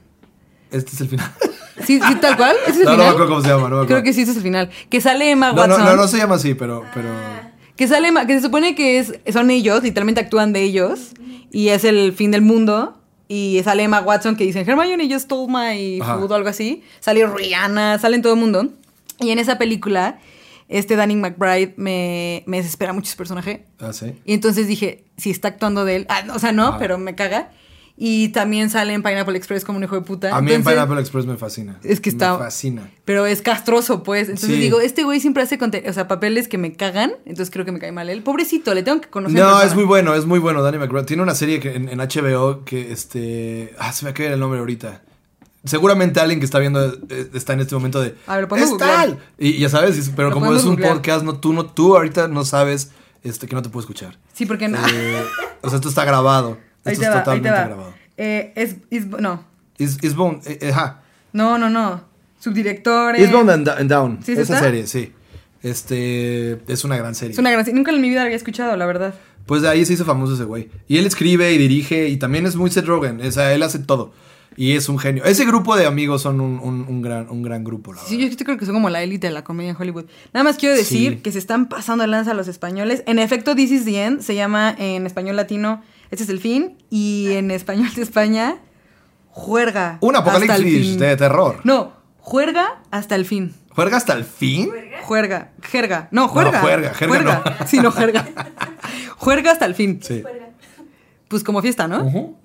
Este es el final. Sí, sí, tal cual. ¿Ese es el No, no me final? acuerdo cómo se llama, no me acuerdo. Creo que sí, ese es el final. Que sale Emma no, no, Watson. Ah. no, no se llama así, pero. pero... Que sale, ma- que se supone que es, son ellos, literalmente actúan de ellos, y es el fin del mundo. Y sale Emma Watson que dicen, Hermione just stole my Ajá. food o algo así. Sale Rihanna, salen todo el mundo. Y en esa película, este Danny McBride me, me desespera mucho su personaje. Ah, sí. Y entonces dije, si está actuando de él, ah, no, o sea, no, Ajá. pero me caga. Y también sale en Pineapple Express como un hijo de puta. A mí en Entonces- Pineapple Express me fascina. es que está. Me fascina. Pero es castroso, pues. Entonces Sí. digo, este güey siempre hace conte- o sea, papeles que me cagan. Entonces creo que me cae mal él. Pobrecito, le tengo que conocer. en No, persona. es muy bueno, es muy bueno, Danny McBride. Tiene una serie que, en, en HBO que este. Ah, se me cae el nombre ahorita. Seguramente alguien que está viendo eh, está en este momento de. A ver, podemos ¡Es googlear". tal! Y y ya sabes, y- pero Lo como podemos es un googlear. podcast, no, tú, no, tú ahorita no sabes este, que no te puedo escuchar. Sí, porque no. Eh, o sea, esto está grabado. ahí Esto te es va, ahí te totalmente va. grabado. Eh, es, is- no. Is, Isbone, eh, eh, ajá. No, no, no. eh, Subdirectores. Isbound and, and Down. ¿Sí es Esa esa? serie, sí. Este. Es una gran serie. Es una gran. Nunca en mi vida la había escuchado, la verdad. Pues de ahí se hizo famoso ese güey. Y él escribe y dirige y también es muy Seth Rogen. O sea, él hace todo. Y es un genio. Ese grupo de amigos son un, un- un gran, un gran grupo, la Sí, verdad. yo creo que son como la élite de la comedia en Hollywood. Nada más quiero decir Sí. que se están pasando de lanza los españoles. En efecto, This is the End se llama en español latino Este es el fin. Y en español de España, Juerga. Un hasta el apocalipsis fin. de terror. No, Juerga hasta el fin. ¿Juerga hasta el fin? Juerga, jerga. No, juerga. juerga, jerga no. Sí, no, jerga. juerga hasta el fin. Sí. Pues como fiesta, ¿no? Ujú.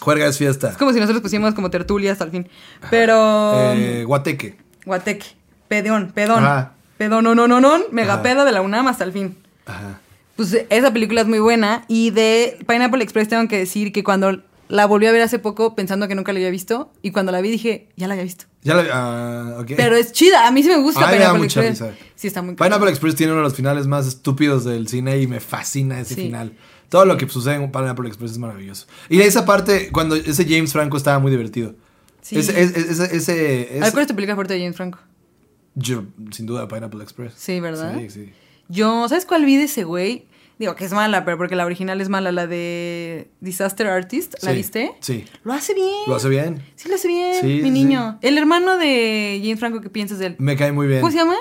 Juerga es fiesta. Es como si nosotros pusiéramos como tertulia hasta el fin. Pero. Eh, guateque. Guateque. Pedón, pedón. Ajá. Pedón, no, no, no, no. Mega Ajá. peda de la UNAM hasta el fin. Ajá. Pues eh, esa película es muy buena. Y de Pineapple Express tengo que decir que cuando la volví a ver hace poco pensando que nunca la había visto. Y cuando la vi dije, ya la había visto. Ya la... ah, ok. Pero es chida. A mí sí me gusta Ay, me da Pineapple mucha Express. risa. Sí, está muy Pineapple Express tiene uno de los finales más estúpidos del cine y me fascina ese Sí. final. Todo lo que sucede en Pineapple Express es maravilloso. Y esa parte, cuando ese James Franco estaba muy divertido. Sí. Ese, ese, ese- ese- ¿A ver, ¿Cuál es tu película favorita de James Franco? yo, sin duda, Pineapple Express. Sí, ¿verdad? Sí, sí. Yo, ¿sabes cuál vi de ese güey? Digo que es mala, pero porque la original es mala, la de Disaster Artist, ¿la Sí, viste? Sí. Lo hace bien. Lo hace bien. Sí, lo hace bien, Sí, sí, mi niño. El hermano de James Franco, ¿qué piensas de él? Me cae muy bien. ¿Cómo se llama?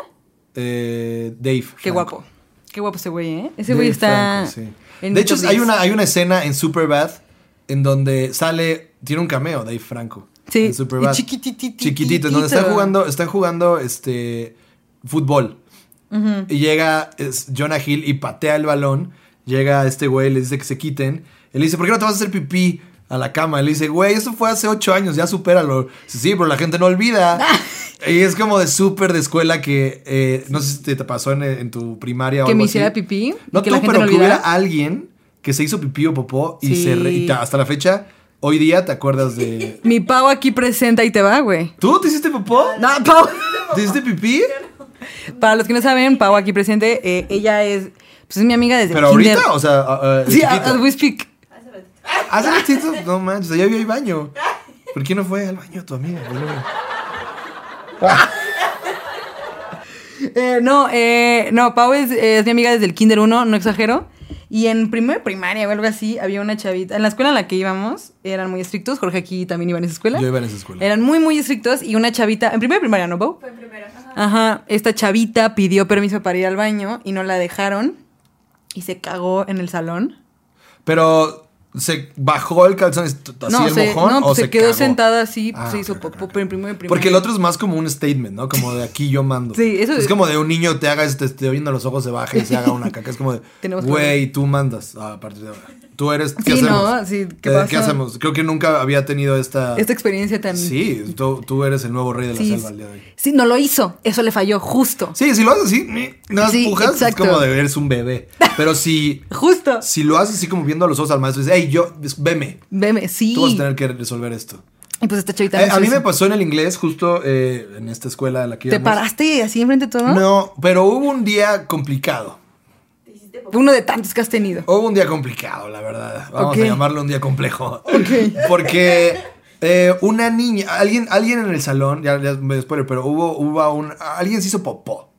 Eh, Dave. Pues Qué Franco. guapo. Qué guapo ese güey, ¿eh? Ese Dave güey está. Franco, sí. en De mi hecho, top hay 10. una, hay una escena en Superbad en donde sale, tiene un cameo Dave Franco. Sí, En Superbad. y chiquititititito. Chiquitito, en donde están jugando, están jugando este fútbol. Y llega es, Jonah Hill y patea el balón. Llega este güey, le dice que se quiten. Él le dice, ¿por qué no te vas a hacer pipí a la cama? Él le dice, güey, eso fue hace ocho años, ya supéralo. Sí, sí, pero la gente no olvida. y es como de súper de escuela que eh, no sé si te, te pasó en, en tu primaria o Que algo me así. hiciera pipí. y No que tú, la gente pero lo que hubiera olvidara. alguien que se hizo pipí o popó y, Sí. se re- y ta- hasta la fecha, hoy día te acuerdas de... Mi pavo aquí presenta y te va, güey. ¿Tú te hiciste popó? No, pavo. ¿Te hiciste pipí? Para los que no saben, Pau aquí presente, eh, ella es, pues es mi amiga desde Pero kinder. ahorita, o sea, a- a- de Sí, chiquito. as we speak. hace ratito, no manches, allá había baño. ¿Por qué no fue al baño tu amiga? boludo? Eh, no, eh, no, Pau es, es mi amiga desde el kinder 1, no exagero. Y en primer primaria o algo así, había una chavita. En la escuela en la que íbamos, eran muy estrictos. Jorge aquí también iba en esa escuela. Yo iba en esa escuela. Eran muy, muy estrictos. Y una chavita, en primer primaria, ¿no, Pau? Fue en primera. Ajá, esta chavita pidió permiso para ir al baño y no la dejaron. Y se cagó en el salón. Pero se bajó el calzón, est- así el se, mojón. no, o pues se, quedó cagó? sentada así, pues, Ah, se hizo ok, ok, popó, ok. pero en primer primaria. Porque el otro es más como un statement, ¿no? Como de aquí yo mando. Sí, eso es es- como de un niño te haga, este, te esté viendo los ojos, se baje y se haga una caca. Es como de, Tenemos güey, tú mandas ah, a partir de ahora. Tú eres, ¿qué Sí, hacemos? ¿no? Sí, ¿qué Eh, pasó? hacemos? Creo que nunca había tenido esta... Esta experiencia tan... Sí, tú, tú eres el nuevo rey de la Sí, selva al día de hoy. sí, no lo hizo. Eso le falló, justo. Sí, si lo haces así, ni- nada más Sí, pujas, exacto. es como de eres un bebé. Pero si, Justo. si lo haces así como viendo a los ojos al maestro, dices, hey, yo, es- veme, Veme, sí. tú vas a tener que resolver esto. Y pues esta chavita. Eh, hizo a mí eso. me pasó en el inglés, justo eh, en esta escuela a la que ¿Te íbamos. paraste así enfrente de todo? No, pero hubo un día complicado. Uno de tantos que has tenido. Hubo un día complicado, la verdad. Vamos Ok. a llamarlo un día complejo. Porque eh, una niña, alguien, alguien en el salón, ya, ya me spoiler, pero hubo, hubo un. Alguien se hizo popó.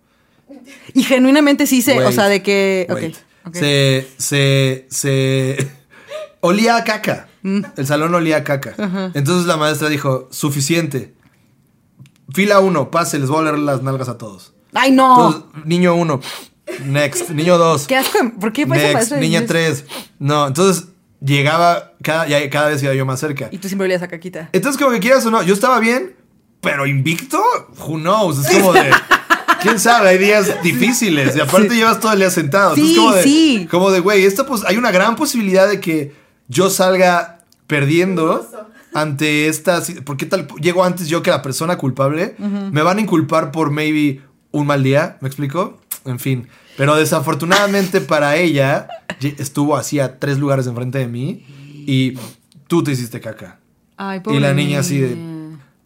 Y genuinamente sí se. o Wait, sea, de que. ok, wait. ok. Se, se, se. Olía a caca. Mm. El salón olía a caca. Entonces la maestra dijo: suficiente. Fila uno, pase, les voy a oler las nalgas a todos. ¡Ay, no! Entonces, niño uno, next. Niño dos, Oh. ¿Qué asco? ¿Por qué pasa next. maestra de Niña inglés? tres. No, entonces llegaba, cada, ya- cada vez iba yo más cerca. Y tú siempre olías a caquita. Entonces, como que quieras o no, yo estaba bien, pero invicto, who knows, es como de... ¿Quién sabe? Hay días difíciles y aparte llevas todo el día sentado. Entonces, Sí, como de, sí. Como de, güey, esto pues hay una gran posibilidad de que yo salga perdiendo ante esta... si- ¿Por qué tal? Llego antes yo que la persona culpable. Me van a inculpar por maybe un mal día, ¿me explico? En fin. Pero desafortunadamente para ella, ye- estuvo así a tres lugares enfrente de mí y tú te hiciste caca. Ay, pobre. Y la niña así de.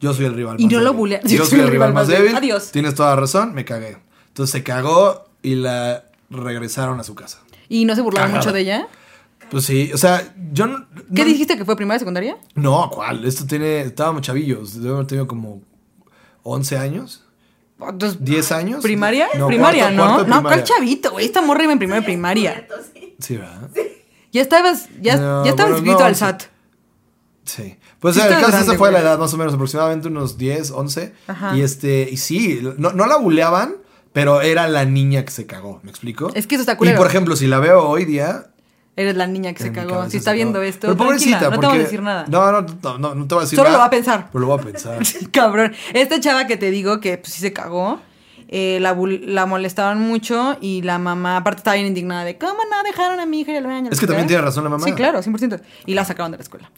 Yo soy el rival. Y más no lo débil. bulea- Yo soy el rival más débil. Adiós. Tienes toda razón, me cagué. Entonces se cagó y la regresaron a su casa. ¿Y no se burlaron Cagada. mucho de ella? Pues sí, o sea, yo no. ¿Qué no- dijiste que fue primaria, secundaria? No, ¿cuál? Esto tiene. Estábamos chavillos. Debo haber tenido como 11 años, Entonces, 10 años. Ah, ¿Primaria? No, primaria, cuarto- ¿no? cuarto de no, primaria. ¿cuál chavito, güey? Esta morra iba en primaria primaria. Sí, ¿verdad? Ya estabas, ya, No, ya estabas bueno, inscrito no, al sí. SAT. Sí. Pues Sí el estás caso esa grande, fue la güey. edad más o menos, aproximadamente unos 10, 11. Ajá. Y este, y sí, no, no la buleaban, pero era la niña que se cagó, ¿me explico? Es que eso está Y culero. por ejemplo, si la veo hoy día... Eres la niña que se en mi cagó. cabeza Si está se viendo cagó. esto, Pero pobrecita, tranquila, no te voy a porque- decir nada. No, no, no, no, no te voy a decir Solo nada. lo va a pensar. Pero lo voy a pensar. Cabrón. Esta chava que te digo que pues, sí se cagó. eh, la, bul- la molestaron mucho y la mamá, aparte, estaba bien indignada de cómo no dejaron a mi hija ir al baño. Es que también tiene razón la mamá. Sí, claro, 100%. Y la sacaron de la escuela.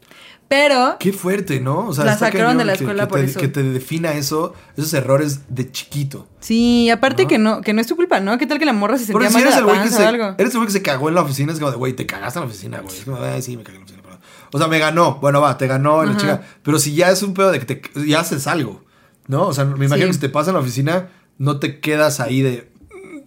Pero Qué fuerte, ¿no? O sea, La está cañón sacaron de la que- escuela que por te- eso. Que te defina eso, esos errores de chiquito. Sí, aparte que no, que no es tu culpa, ¿no? ¿Qué tal que la morra se Porque sentía si mal de eres el la güey que panza se, o algo? eres el güey que se cagó en la oficina, es como de, güey, te cagaste en la oficina, güey. Es como, ay, sí, me cagué en la oficina, perdón. O sea, me ganó. Bueno, va, te ganó y la chica. Pero si ya es un pedo de que te, ya haces algo, ¿no? O sea, me imagino Sí. que si te pasa en la oficina, no te quedas ahí de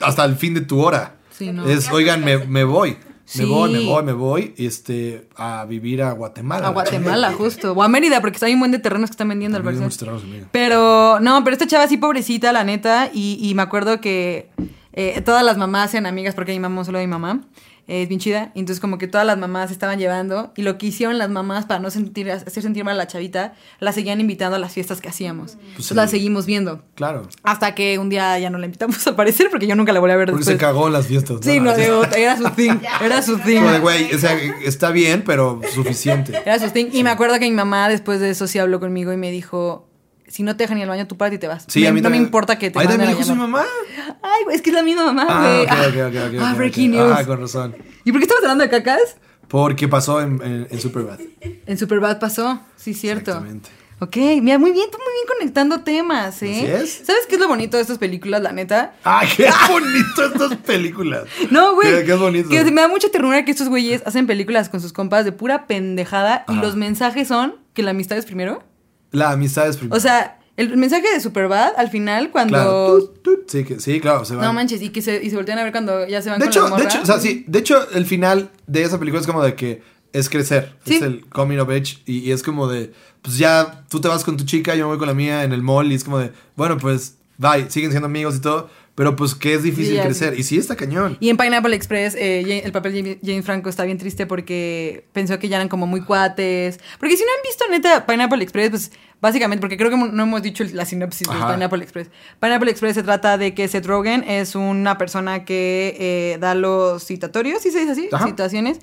hasta el fin de tu hora. Sí, no. Es, oigan, me, me voy. Sí. Me voy, me voy, me voy, este, a vivir a Guatemala. A Guatemala, justo. O a Mérida, porque está hay un buen de terrenos que están vendiendo, al También hay parecer. muchos terrenos en Mérida. Pero, no, pero esta chava sí, pobrecita, la neta. Y, y me acuerdo que eh, todas las mamás eran amigas, porque mi mamá solo de mi mamá. eh, Es bien chida. Y entonces, como que todas las mamás se estaban llevando. Y lo que hicieron las mamás para no sentir, hacer sentir mal a la chavita, la seguían invitando a las fiestas que hacíamos. Pues, la el- seguimos viendo. Claro. Hasta que un día ya no la invitamos al parecer, porque yo nunca la volví a ver Porque se después. cagó en las fiestas. Sí, no, digo, era su thing. Era su thing. Como de, güey, o sea, está bien, pero suficiente. Era su thing. Y me acuerdo que mi mamá después de eso sí habló conmigo y me dijo, si no te dejan ir al baño, tú párate y te vas. Sí, Me- a mí no me también- importa que te Ahí manden también a dijo su llamar. mamá. Ay, güey, es que es la misma mamá, Ah, güey. ok, ok, ok, ok, ah, ok, breaking ok. news. Ah, con razón. ¿Y por qué estamos hablando de cacas? Porque pasó en, en, en Superbad. En Superbad pasó, sí, cierto. Exactamente. Ok, mira, muy bien, tú muy bien conectando temas, ¿eh? Así es. ¿Sabes qué es lo bonito de estas películas, la neta? ¡Ah, qué bonito estas películas! No, güey. Qué, qué bonito. Que me da mucha ternura que estos güeyes hacen películas con sus compas de pura pendejada y Ajá. los mensajes son que la amistad es primero. La amistad es primero. O sea, el mensaje de Superbad al final cuando... claro. Tut, tut. Sí, que- sí, claro, se van. No manches, y que se, y se voltean a ver cuando ya se van de con hecho, la morra. de hecho, o sea, sí, de hecho, el final de esa película es como de que es crecer. Sí. Es el coming of age. Y, y es como de, pues ya tú te vas con tu chica, yo me voy con la mía en el mall. Y es como de, bueno, pues, bye, siguen siendo amigos y todo. Pero pues que es difícil Sí, ya. crecer. Y sí, está cañón. Y en Pineapple Express, eh, Ja- el papel de Jane- Jane Franco está bien triste porque pensó que ya eran como muy cuates. Porque si no han visto neta Pineapple Express, pues básicamente, porque creo que mo- no hemos dicho la sinopsis Ajá. de Pineapple Express. Pineapple Express se trata de que Seth Rogen es una persona que eh, da los citatorios, si se dice así, Ajá. citaciones.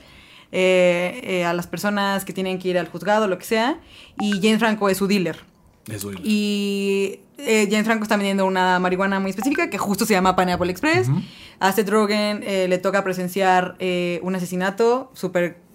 eh, eh, a las personas que tienen que ir al juzgado, lo que sea, y Jane Franco es su dealer. Eso es. Y eh, James Franco está vendiendo una marihuana muy específica que justo se llama Pineapple Express. A Seth Rogen eh, le toca presenciar eh, un asesinato súper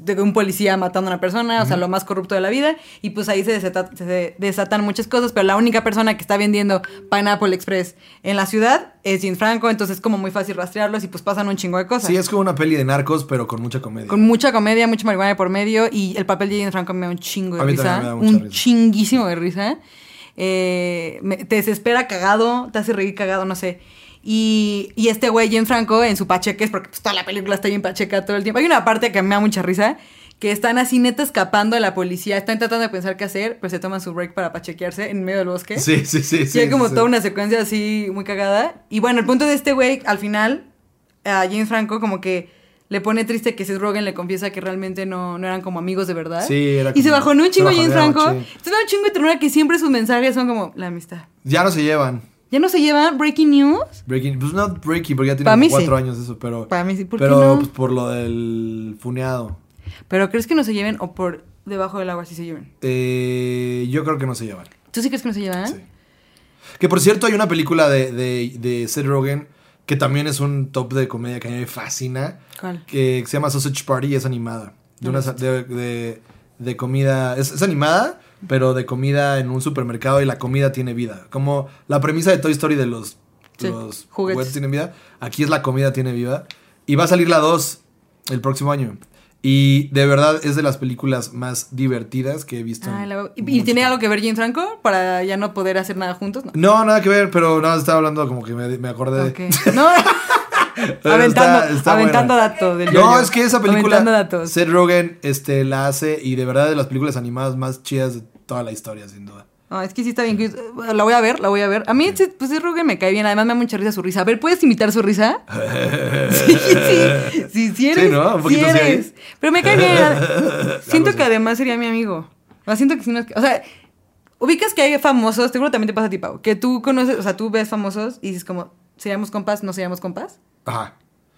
de un policía matando a una persona, o sea, lo más corrupto de la vida, y pues ahí se, desata- se desatan muchas cosas, pero la única persona que está vendiendo Pineapple Express en la ciudad es James Franco, entonces es como muy fácil rastrearlos y pues pasan un chingo de cosas. Sí, es como una peli de narcos, pero con mucha comedia. Con mucha comedia, mucha marihuana de por medio. Y el papel de James Franco me da un chingo de A mí risa. también me da mucha un risa. chinguísimo de risa. Eh, me- te desespera cagado, te hace reír cagado, no sé. Y, y este güey, James Franco, en su pacheques, porque pues, toda la película está bien pacheca todo el tiempo. Hay una parte que me da mucha risa. Que están así neta escapando de la policía, están tratando de pensar qué hacer, pero se toman su break para pachequearse en medio del bosque. Sí, sí, sí. Sí, hay como sí. toda una secuencia así muy cagada. Y bueno, el punto de este güey, al final, a James Franco como que le pone triste que Seth Rogen le confiesa que realmente no, no eran como amigos de verdad. Sí, era Y se como- bajó en un se chingo James bajoneaban, Franco. sí. Entonces me da un chingo de ternura que siempre sus mensajes son como la amistad. Ya no se llevan. ¿Ya no se llevan breaking news? Breaking, pues no Breaking, porque ya tiene Pa' mí como cuatro sí. años eso, pero. Pa' mí sí, ¿por qué pero no? pues, por lo del funeado. ¿Pero crees que no se lleven o por debajo del agua sí se lleven? Eh, yo creo que no se llevan. ¿Tú sí crees que no se llevan? Sí. Que por cierto, hay una película de, de, de Seth Rogen que también es un top de comedia que a mí me fascina. ¿Cuál? Que, se llama Sausage Party y es animada. De, una, de, de- de comida. Es, es animada, pero de comida en un supermercado y la comida tiene vida. Como la premisa de Toy Story de los, Sí, los juguetes. juguetes tienen vida. Aquí es la comida tiene vida. Y va a salir la 2 el próximo año. Y de verdad es de las películas más divertidas que he visto. Ah, en la- ¿Y, mucho y tiene tiempo. algo que ver James Franco para ya no poder hacer nada juntos? No. No, nada que ver, pero nada, estaba hablando como que me, me acordé Ok. de... No. Pero aventando está- está aventando buena. datos. del No, yo-yo. es que esa película Aventando datos. Seth Rogen este, la hace y de verdad de las películas animadas más chidas de toda la historia, sin duda. No, es que sí está bien. que- La voy a ver, la voy a ver. A mí, sí, pues sí, Ruge me cae bien. Además, me da mucha risa su risa. A ver, ¿puedes imitar su risa? sí, sí. Sí, sí eres. Sí, ¿no? Un poquito sí sí eres. eres. Pero me cae bien. Siento así. que además sería mi amigo. O sea, siento que si no es que- O sea, ubicas que hay famosos. Seguro también te pasa a ti, Pau. Que tú conoces, o sea, tú ves famosos y dices como, ¿seríamos compas? ¿No seríamos compas? Ajá.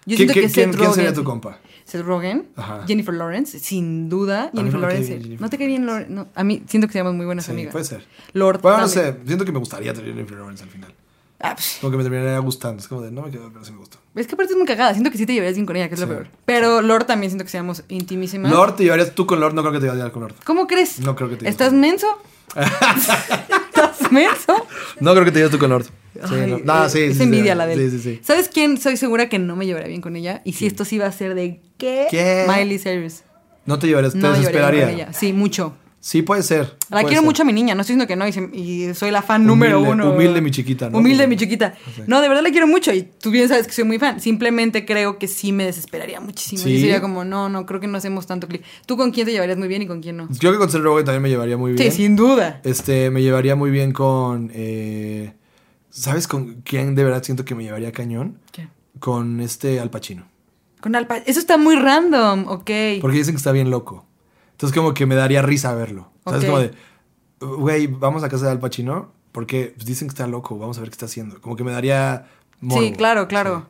Yo ¿Quién, siento quién- que quién- Seth quién sería Rogen. tu compa? Seth Rogen, Ajá. Jennifer Lawrence, sin duda. mí no Jennifer me cae Lawrence. bien Jennifer No te cae bien Lawrence. No, a mí siento que seríamos muy buenas Sí, amigas. puede ser. Lord. Bueno, no dale. sé. Siento que me gustaría tener Jennifer Lawrence al final. Ah, pff. Como que me terminaría gustando. Es como de, no me quedo, pero sí me gustó. Es que aparte es muy cagada. Siento que sí te llevarías bien con ella, que es lo Sí. peor. Pero Lord también siento que seamos intimísimas. Lord, te llevarías tú con Lord. No creo que te llevarías con Lord. ¿Cómo crees? No creo que te ¿Estás lleves. menso? ¿Estás menso? No creo que te llevarías tú con Lord. Sí, Ay, no. No, eh, sí, sí, es sí, envidia sí, la de él. Sí, sí, sí. ¿Sabes quién? Soy segura que no me llevaría bien con ella. Y si esto sí va a ser de qué? ¿Qué? Miley Cyrus. No te llevarías, te No me llevaría bien con desesperaría. ella. Sí, mucho. Sí, puede ser. La puede quiero ser. mucho a mi niña, no estoy diciendo que no, y, se- y soy la fan Humilde- número uno. humilde mi chiquita, ¿no? Humilde mi chiquita. No, de verdad la quiero mucho y tú bien sabes que soy muy fan. Simplemente creo que sí me desesperaría muchísimo. Sí. Y sería como, no, no, creo que no hacemos tanto clic. ¿Tú con quién te llevarías muy bien y con quién no? Creo que con Seth Rogen también me llevaría muy bien. Sí, sin duda. Este, me llevaría muy bien con. eh, ¿Sabes con quién de verdad siento que me llevaría cañón? ¿Qué? Con este Al Pacino. Con Alpa. Eso está muy random, ok. Porque dicen que está bien loco. Entonces, como que me daría risa verlo. ¿Sabes? Ok. Como de. Güey, vamos a casa de Al Pacino porque pues, dicen que está loco. Vamos a ver qué está haciendo. Como que me daría. sí, morbo. claro, claro.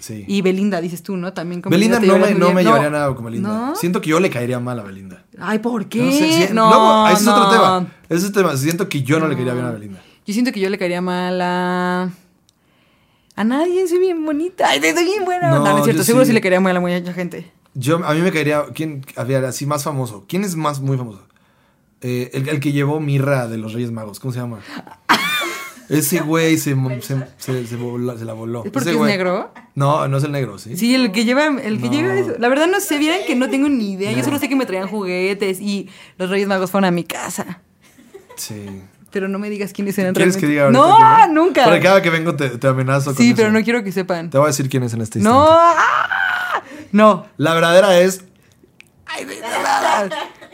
Sí. Y Belinda, dices tú, ¿no? También con Belinda te no me, llevarías muy no bien. me llevaría nada con Belinda. ¿No? Siento que yo le caería mal a Belinda. Ay, ¿por qué? No No, sé, si- no, no, ese es otro tema. Ese es otro tema. Siento que yo no, le caería bien a Belinda. Yo siento que yo le caería mal a. A nadie, soy bien bonita. Ay, soy bien buena. No, No, no es cierto. yo Seguro sí. sí. le caería mal a mucha gente. Yo, a mí me caería. ¿Quién? A ver, así más famoso. ¿Quién es más muy famoso? Eh, el, el que llevó Mirra de los Reyes Magos. ¿Cómo se llama? Ese güey se, mo- se, se- se voló- se la voló. ¿Es porque pues Ese es güey- negro? No, no es el negro, ¿sí? Sí, el que lleva, el que No. lleva eso. La verdad no sé, vieran que no tengo ni idea. Yo solo sé que me traían juguetes y los Reyes Magos fueron a mi casa. Sí. Pero no me digas quiénes eran ¿Quieres realmente. que diga ahorita no, quién es? nunca. Porque cada que vengo te, te amenazo con sí, pero eso. no quiero que sepan. Te voy a decir quién es en este No. instante. ¡ah! No. La verdadera es.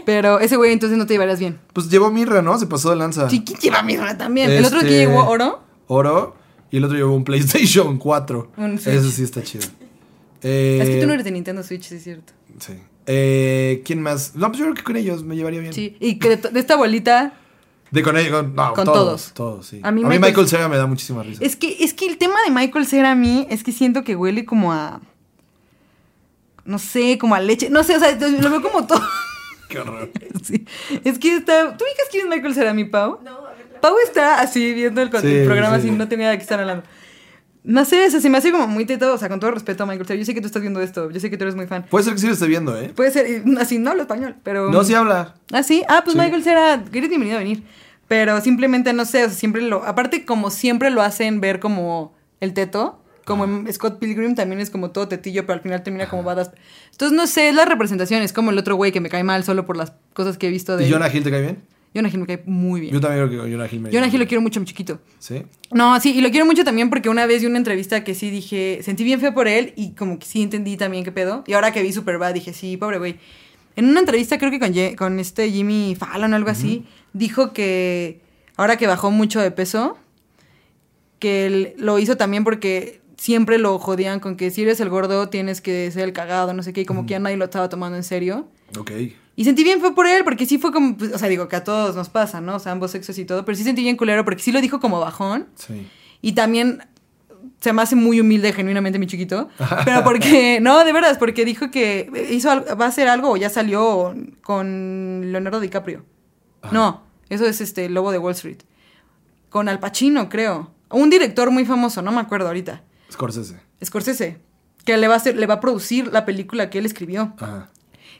Pero ese güey entonces no te llevarías bien. Pues llevó Mirra, ¿no? Se pasó de lanza. Sí, ¿quién lleva mi rana también? El otro que Ah. Este, llevó oro. Oro. Y el otro llevó un PlayStation 4. Un Switch. Eso sí está chido. Eh, es que tú no eres de Nintendo Switch, sí es cierto. Sí. Eh, ¿Quién más? No, pues yo creo que con ellos me llevaría bien. Sí, y que de, to- de esta bolita. De con ellos, con, no, Con todos. todos. Todos, sí. A mí Michael, Michael- Cera me da muchísima risa. Es que, es que el tema de Michael Cera a mí es que siento que huele como a. No sé, como a leche. No sé, o sea, lo veo como todo. Qué horror. Sí. Es que está. ¿Tú ubicas quién es Michael Cera, mi Pau? No, Pau está así viendo el, con- el Sí, programa sí. así, no tenía idea de qué están hablando. No sé, o sea, se me hace como muy teto, o sea, con todo respeto a Michael Cera. Yo sé que tú estás viendo esto, yo sé que tú eres muy fan. Puede ser que sí lo esté viendo, ¿eh? Puede ser, eh, así no hablo español, pero. No, sí habla. Ah, sí. Ah, pues Sí. Michael Cera, que eres bienvenido a venir. Pero simplemente no sé, o sea, siempre lo. Aparte, como siempre lo hacen ver como el teto, como en Scott Pilgrim también es como todo tetillo, pero al final termina como badass. Entonces, no sé, es la representación, es como el otro güey que me cae mal solo por las cosas que he visto de. ¿Y Jonah Hill te cae bien? Jonah Hill me cae muy bien. Yo también creo que con Jonah Hill me Jonah Hill lo quiero mucho, mi chiquito. ¿Sí? No, sí, y lo quiero mucho también porque una vez di una entrevista que sí dije, sentí bien feo por él y como que sí entendí también qué pedo. Y ahora que vi Superbad dije, sí, pobre güey. En una entrevista creo que con, Ye- con este Jimmy Fallon o algo así, dijo que ahora que bajó mucho de peso, que él lo hizo también porque siempre lo jodían con que si eres el gordo tienes que ser el cagado, no sé qué, y como que ya nadie lo estaba tomando en serio. Ok. Y sentí bien fue por él, porque sí fue como, pues, o sea, digo que a todos nos pasa, ¿no? O sea, ambos sexos y todo, pero sí sentí bien culero porque sí lo dijo como bajón. Sí. Y también se me hace muy humilde, genuinamente, mi chiquito. Pero porque, no, de veras, porque dijo que hizo al- va a hacer algo o ya salió con Leonardo DiCaprio. Ajá. No, eso es este Lobo de Wall Street. Con Al Pacino, creo. Un director muy famoso, no me acuerdo ahorita. Scorsese. Scorsese. Que le va a hacer, le va a producir la película que él escribió Ajá.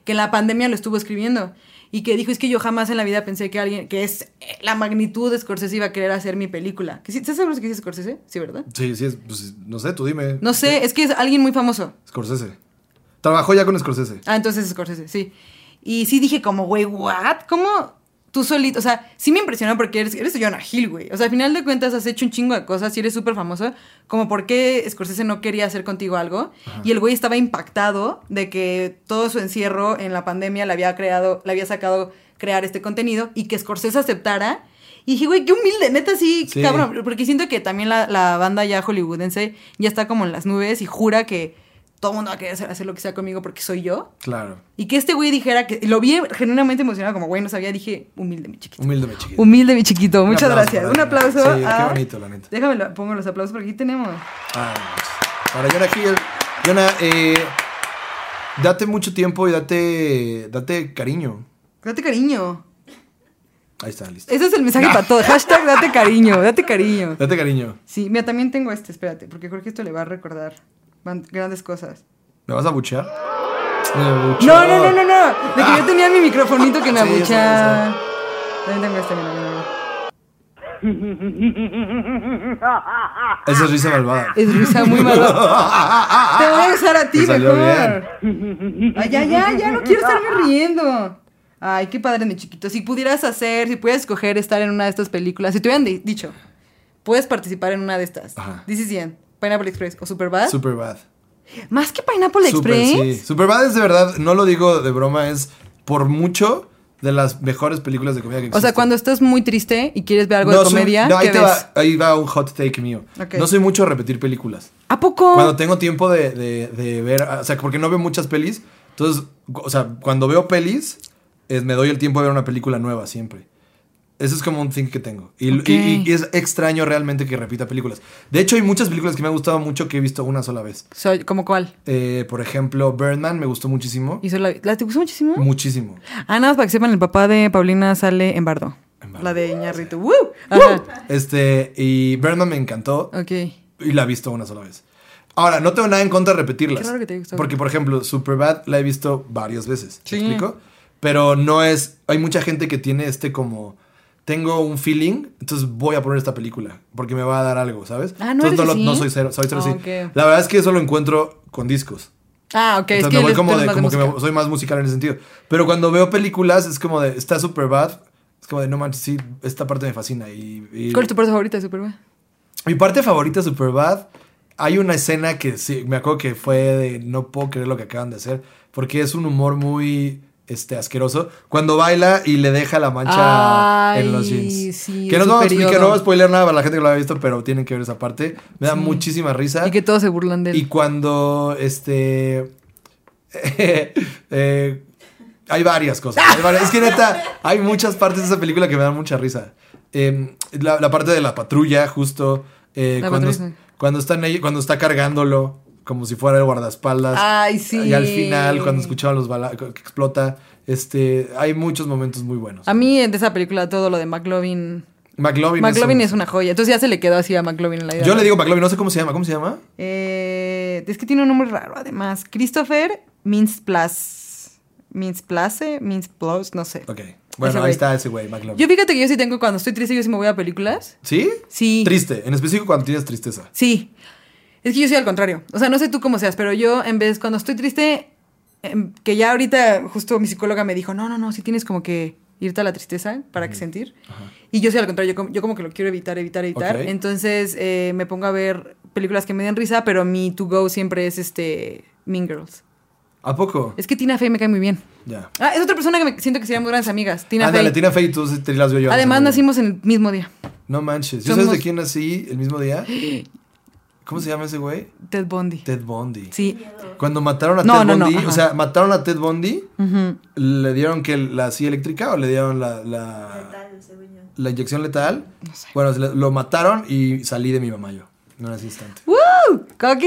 que en la pandemia lo estuvo escribiendo y que dijo es que yo jamás en la vida pensé que alguien que es eh, la magnitud de Scorsese iba a querer hacer mi película. ¿Que sí- ¿Estás seguro que dice Scorsese? Sí, ¿verdad? Sí, sí, es, pues, no sé, tú dime. No sé, es que es alguien muy famoso. Scorsese. Trabajó ya con Scorsese. Ah, entonces es Scorsese, sí. Y sí dije como, güey, ¿what? ¿Cómo tú solito? O sea, sí me impresionó porque eres, eres Jonah Hill, güey. O sea, al final de cuentas has hecho un chingo de cosas y eres súper famoso. Como por qué Scorsese no quería hacer contigo algo. Y el güey estaba impactado de que todo su encierro en la pandemia le había creado, le había sacado crear este contenido y que Scorsese aceptara. Y dije, güey, qué humilde, neta, sí, Sí. cabrón. Porque siento que también la, la banda ya hollywoodense ya está como en las nubes y jura que todo el mundo va a querer hacer, hacer lo que sea conmigo porque soy yo. Claro. Y que este güey dijera que. Lo vi genuinamente emocionado, como güey, no sabía, dije, humilde, mi chiquito. Humilde, mi chiquito. Humilde, mi chiquito. Un Muchas aplauso gracias. para Un él. aplauso. Sí, qué a- bonito, la neta. Déjame, lo- pongo los aplausos porque aquí tenemos. Ah, Para Yona Hill. Yona, eh, date mucho tiempo y date, date cariño. Date cariño. Ahí está, listo. Ese es el mensaje para todos. Hashtag date cariño, date cariño. Date cariño. Sí, mira, también tengo este, espérate, porque creo que esto le va a recordar van- grandes cosas. ¿Me vas a buchear? Me abucheó. No, no, no, no, no. De que yo tenía mi microfonito que me Sí, sí, abuchaba. También tengo este, mira, mira, mira. Esa es risa malvada. Es risa muy mala. Te voy a usar a ti Ah, Te salió mejor. Ay, ya, ya, ya, no quiero estarme riendo. Ay, qué padre, mi chiquito. Si pudieras hacer, si pudieras escoger estar en una de estas películas, si te hubieran di- dicho, puedes participar en una de estas. Ajá. This is the End, Pineapple Express o Superbad. Super bad. Más que Pineapple Express. sí. Superbad es de verdad, no lo digo de broma, es por mucho de las mejores películas de comedia que O sea, existen. cuando estás muy triste y quieres ver algo de soy- comedia, no, ahí, ¿qué te ves? va, ahí va un hot take mío. Ok. Oh. No soy mucho de repetir películas. ¿A poco? Cuando tengo tiempo de, de- de ver, o sea, porque no veo muchas pelis, entonces, cu- o sea, cuando veo pelis, eh, me doy el tiempo de ver una película nueva siempre. Eso es como un thing que tengo. Y, y- Ok. y- y es extraño realmente que repita películas. De hecho, hay muchas películas que me han gustado mucho que he visto una sola vez. Soy- ¿Cómo cuál? Eh, por ejemplo, Birdman me gustó muchísimo. ¿Y la, ¿La te gustó muchísimo? Muchísimo. Ah, nada más para que sepan, el papá de Paulina sale en Bardo. En Bardo. La de Iñarritu. ¡Woo! Ajá. Este, y Birdman me encantó Ok. y la he visto una sola vez. Ahora, no tengo nada en contra de repetirlas. Qué raro que te haya gustado. Porque, por ejemplo, Superbad la he visto varias veces. ¿Me Sí. explico? Pero no es. Hay mucha gente que tiene este como. Tengo un feeling, entonces voy a poner esta película. Porque me va a dar algo, ¿sabes? Ah, ¿no entonces eres lo- así? no soy cero, soy cero Ah, sí. ok. La verdad es que eso lo encuentro con discos. Ah, ok. Entonces es que me voy él- como tú de, eres más como que me- música. soy más musical en ese sentido. Pero cuando veo películas es como de, está super bad. Es como de, no manches, sí, esta parte me fascina. Y, y- ¿Cuál es tu parte favorita de Superman? Mi parte favorita de Superbad, hay una escena que sí, me acuerdo que fue de, no puedo creer lo que acaban de hacer, porque es un humor muy... Este, asqueroso, cuando baila y le deja la mancha Ay, en los jeans. sí, que, en no su vamos a explicar, periodo. no voy a spoiler nada para la gente que lo haya visto, pero tienen que ver esa parte. Me da muchísima risa. Y que todos se burlan de él. Y cuando este. eh, hay varias cosas. hay varias- es que neta, hay muchas partes de esa película que me dan mucha risa. Eh, la, la parte de la patrulla, justo. eh, La cuando, patrulla. cuando están ahí- cuando está cargándolo, como si fuera el guardaespaldas. Ay, Ah, sí. Y al final, cuando escuchaban los balas que explota. Este. Hay muchos momentos muy buenos. A mí, de esa película, todo lo de McLovin. McLovin, McLovin un- es una joya. Entonces ya se le quedó así a McLovin en la idea. Yo le digo McLovin, no sé cómo se llama. ¿Cómo se llama? Eh, es que tiene un nombre raro, además. Christopher Mintz-Plasse. Mintz-Plasse, Mintz-Plasse, no sé. Ok. Bueno, ahí güey. está ese güey, McLovin. Yo fíjate que yo sí tengo, cuando estoy triste, yo sí me voy a películas. ¿Sí? Sí. Triste, en específico cuando tienes tristeza. Sí. Es que yo soy al contrario. O sea, no sé tú cómo seas, pero yo en vez, cuando estoy triste, em, que ya ahorita justo mi psicóloga me dijo, no, no, no, sí tienes como que irte a la tristeza para que sentir. Y yo soy al contrario, yo como, yo como que lo quiero evitar, evitar, evitar. Ok. Entonces eh, me pongo a ver películas que me den risa, pero mi to go siempre es este Mean Girls. ¿A poco? Es que Tina Fey me cae muy bien. Ya. Ah, es otra persona que me siento que seríamos grandes amigas. Tina Ándale, Fey. Tina Fey, tú sí te las veo yo. Además no sé muy nacimos en el mismo día. bien. No manches. ¿Yo sabes somos- de quién nací el mismo día? ¿Cómo se llama ese güey? Ted Bundy. Ted Bundy. Sí. Cuando mataron a No, Ted no, no, Bundy, o ajá. sea, mataron a Ted Bundy, Ujú. ¿le dieron que la silla eléctrica o le dieron la. la... la inyección letal. Bueno, se le- lo mataron y salí de mi mamá yo. En un instante. ¡Woo! ¡Coqui!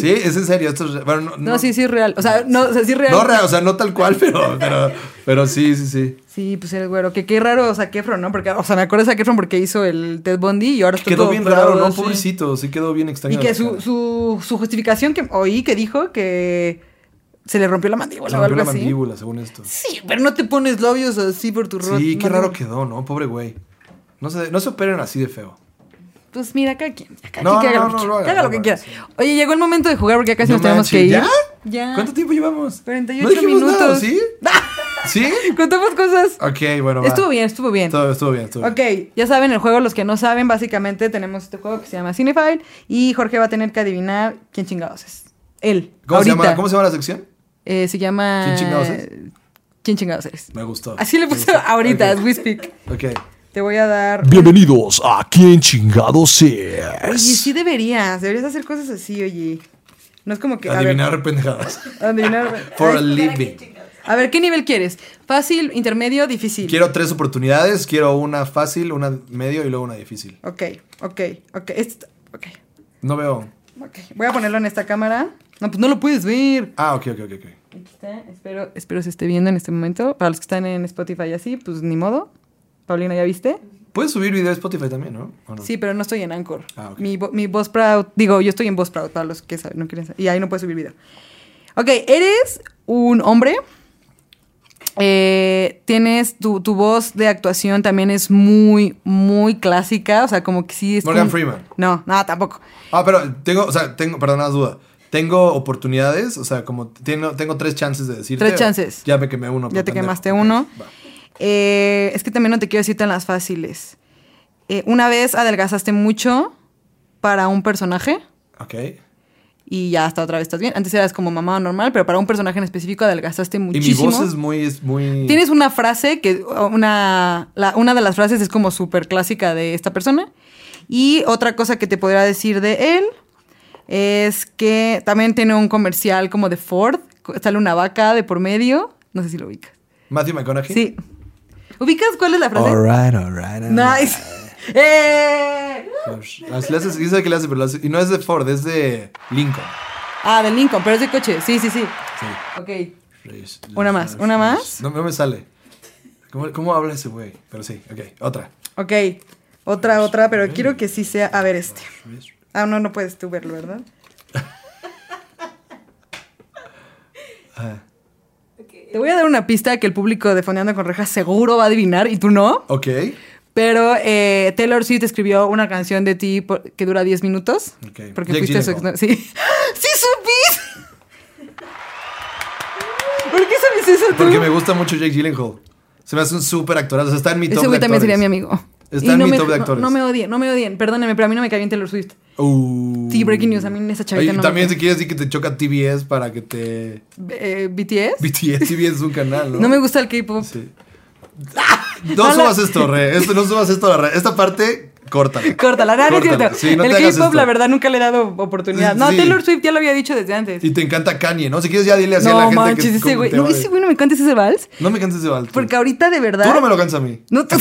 Sí, es en serio. Esto es re- bueno, no, No, sí, sí es real. O sea, no, o sea, sí es real. No, real, o sea, no tal cual, pero, pero, pero sí, sí, sí. Sí, pues eres güero. Que qué raro Zac Efron, ¿no? Porque, o sea, me acuerdo de Zac Efron porque hizo el Ted Bundy y ahora está Quedó todo bien raro, operado, ¿no? sí. Pobrecito, sí quedó bien extraño. Y la que cara. su, su, su justificación que oí que dijo que se le rompió la mandíbula Se o rompió algo la así. mandíbula, según esto. Sí, pero no te pones labios así por tu rostro. Sí, qué raro quedó, ¿no? Pobre güey. No se, no se operen así de feo. Pues mira, cada quien. Cada No, quien que haga no, lo que no, quiera. lo hagan, Que haga no lo que lo quiera. hagan, Oye, llegó el momento de jugar porque ya casi No nos tenemos manches, que ir. ¿Ya? Ya. ¿Cuánto tiempo llevamos? 48 no dijimos minutos. Nada, ¿Sí? ¿Sí? Contamos cosas. Ok, bueno. va. Estuvo bien, estuvo bien. Estuvo, estuvo bien, estuvo bien. Ok, ya saben el juego, los que no saben, básicamente tenemos este juego que se llama Cinefile y Jorge va a tener que adivinar quién chingados es. Él. ¿Cómo se, ahorita. llama, ¿Cómo se llama la sección? Eh, se llama... ¿Quién chingados es? ¿Quién chingados eres? Me gustó. Así Me le puse gustó. ahorita, Ok. as we speak. Ok. Te voy a dar. Bienvenidos a Quién Chingados Es. Oye, sí deberías. Deberías hacer cosas así, oye. No es como que. a ver, Adivinar pendejadas. adivinar. For a living. A ver, ¿qué nivel quieres? ¿Fácil, intermedio, difícil? Quiero tres oportunidades. Quiero una fácil, una medio y luego una difícil. Ok, ok, ok. Esto- ok, No veo. ok. Voy a ponerlo en esta cámara. No, pues no lo puedes ver. Ah, ok, ok, ok. ok. Aquí está. Espero, espero se esté viendo en este momento. Para los que están en Spotify y así, pues ni modo. Paulina, ¿ya viste? Puedes subir video a Spotify también, ¿no? ¿O no? Sí, pero no estoy en Anchor. Ah, ok. Mi, vo- mi voz proud, digo, yo estoy en voz proud para los que saben, no quieren saber. Y ahí no puedes subir video. Ok, eres un hombre. Eh, tienes tu, tu voz de actuación también es muy, muy clásica. O sea, como que sí es. Morgan como- Freeman. No, nada, tampoco. Ah, pero tengo, o sea, tengo, perdón, una duda. Tengo oportunidades, o sea, como tengo, tengo tres chances de decirte. Tres chances. Ya me quemé uno. por Ya te pendejo. quemaste Ok, uno. va. Eh, es que también no te quiero decir tan las fáciles. Eh, una vez adelgazaste mucho para un personaje. Ok. y ya hasta otra vez estás bien. Antes eras como mamá normal, pero para un personaje en específico adelgazaste Y muchísimo. mi voz es muy, es muy. Tienes una frase que una, la- una de las frases es como súper clásica de esta persona. Y otra cosa que te podría decir de él es que también tiene un comercial como de Ford. Sale una vaca de por medio. No sé si lo ubicas. Matthew McConaughey. Sí. ¿Ubicas cuál es la frase? Alright, alright. alright. Nice. ¡Eh! Ah, sí le hace- sí sabe que le hace, pero le hace- Y no es de Ford, es de Lincoln. Ah, de Lincoln, pero es de coche. Sí, sí, sí. Sí. Ok. Race, race, Una más, race, una race. más. No, no me sale. ¿Cómo, cómo habla ese güey? Pero sí, ok, otra. Ok, otra, otra, pero quiero que sí sea. A ver, este. Ah, no, no puedes tú verlo, ¿verdad? Ah, Te voy a dar una pista que el público de Fondeando con Rejas seguro va a adivinar y tú no. ok, Pero eh, Taylor Swift escribió una canción de ti por- que dura 10 minutos. Ok. Porque Jake fuiste su Gyllenhaal. ex- Sí. ¡Sí supiste! ¿Por qué sabes eso tú? porque me gusta mucho Jake Gyllenhaal. Se me hace un súper actorazo. Está en mi top Ese de güey también actores. sería mi amigo. Está Y en no mi me- top de no- actores. No, me odien, no me odien. Perdónenme, pero a mí no me cae bien Taylor Swift. Uh. Sí, breaking news, a mí esa chavita Ay, no me También cae. si quieres decir que te choca TBS para que te... Eh, ¿BTS? BTS, TBS es un canal, ¿no? No me gusta el K-pop. Sí. No subas esto, re. Esto, no subas esto a la red. Esta parte, córtala. Córtala, no, no es Córtala. cierto. Sí, no el te hagas K-pop, esto. la verdad, nunca le he dado oportunidad. No, Sí. Taylor Swift ya lo había dicho desde antes. Y te encanta Kanye, ¿no? Si quieres ya dile así a la no gente manches, que... ese cómo güey. te No, va de- ese güey no me cantes ese vals. No me canses de Balto. Porque ahorita de verdad. Tú no me lo cansas a mí. No, tú-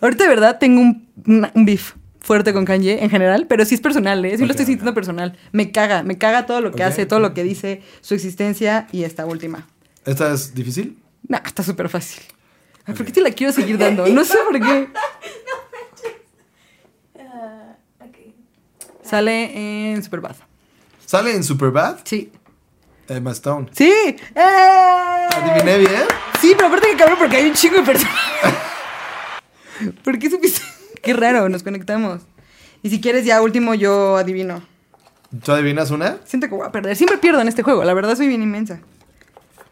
ahorita de verdad tengo un, una- un beef fuerte con Kanye en general, pero sí es personal, ¿eh? Sí Ok, lo estoy sintiendo personal. Me caga, me caga todo lo que Ok, hace, todo lo que dice, su existencia y esta última. ¿Esta es difícil? Nah, está súper fácil. Ay, ¿Por qué te la quiero seguir dando? No sé por qué. Ah, ok. Sale en Superbad. Sale en Superbad, Sí. Emma Stone. ¡Sí! ¡Eh! Adiviné bien. Sí, pero aparte que cabrón porque hay un chingo de personas. ¿Por qué supiste? Qué raro, nos conectamos. Y si quieres ya último yo adivino. ¿Tú adivinas una? Siento que voy a perder. Siempre pierdo en este juego, la verdad soy bien inmensa.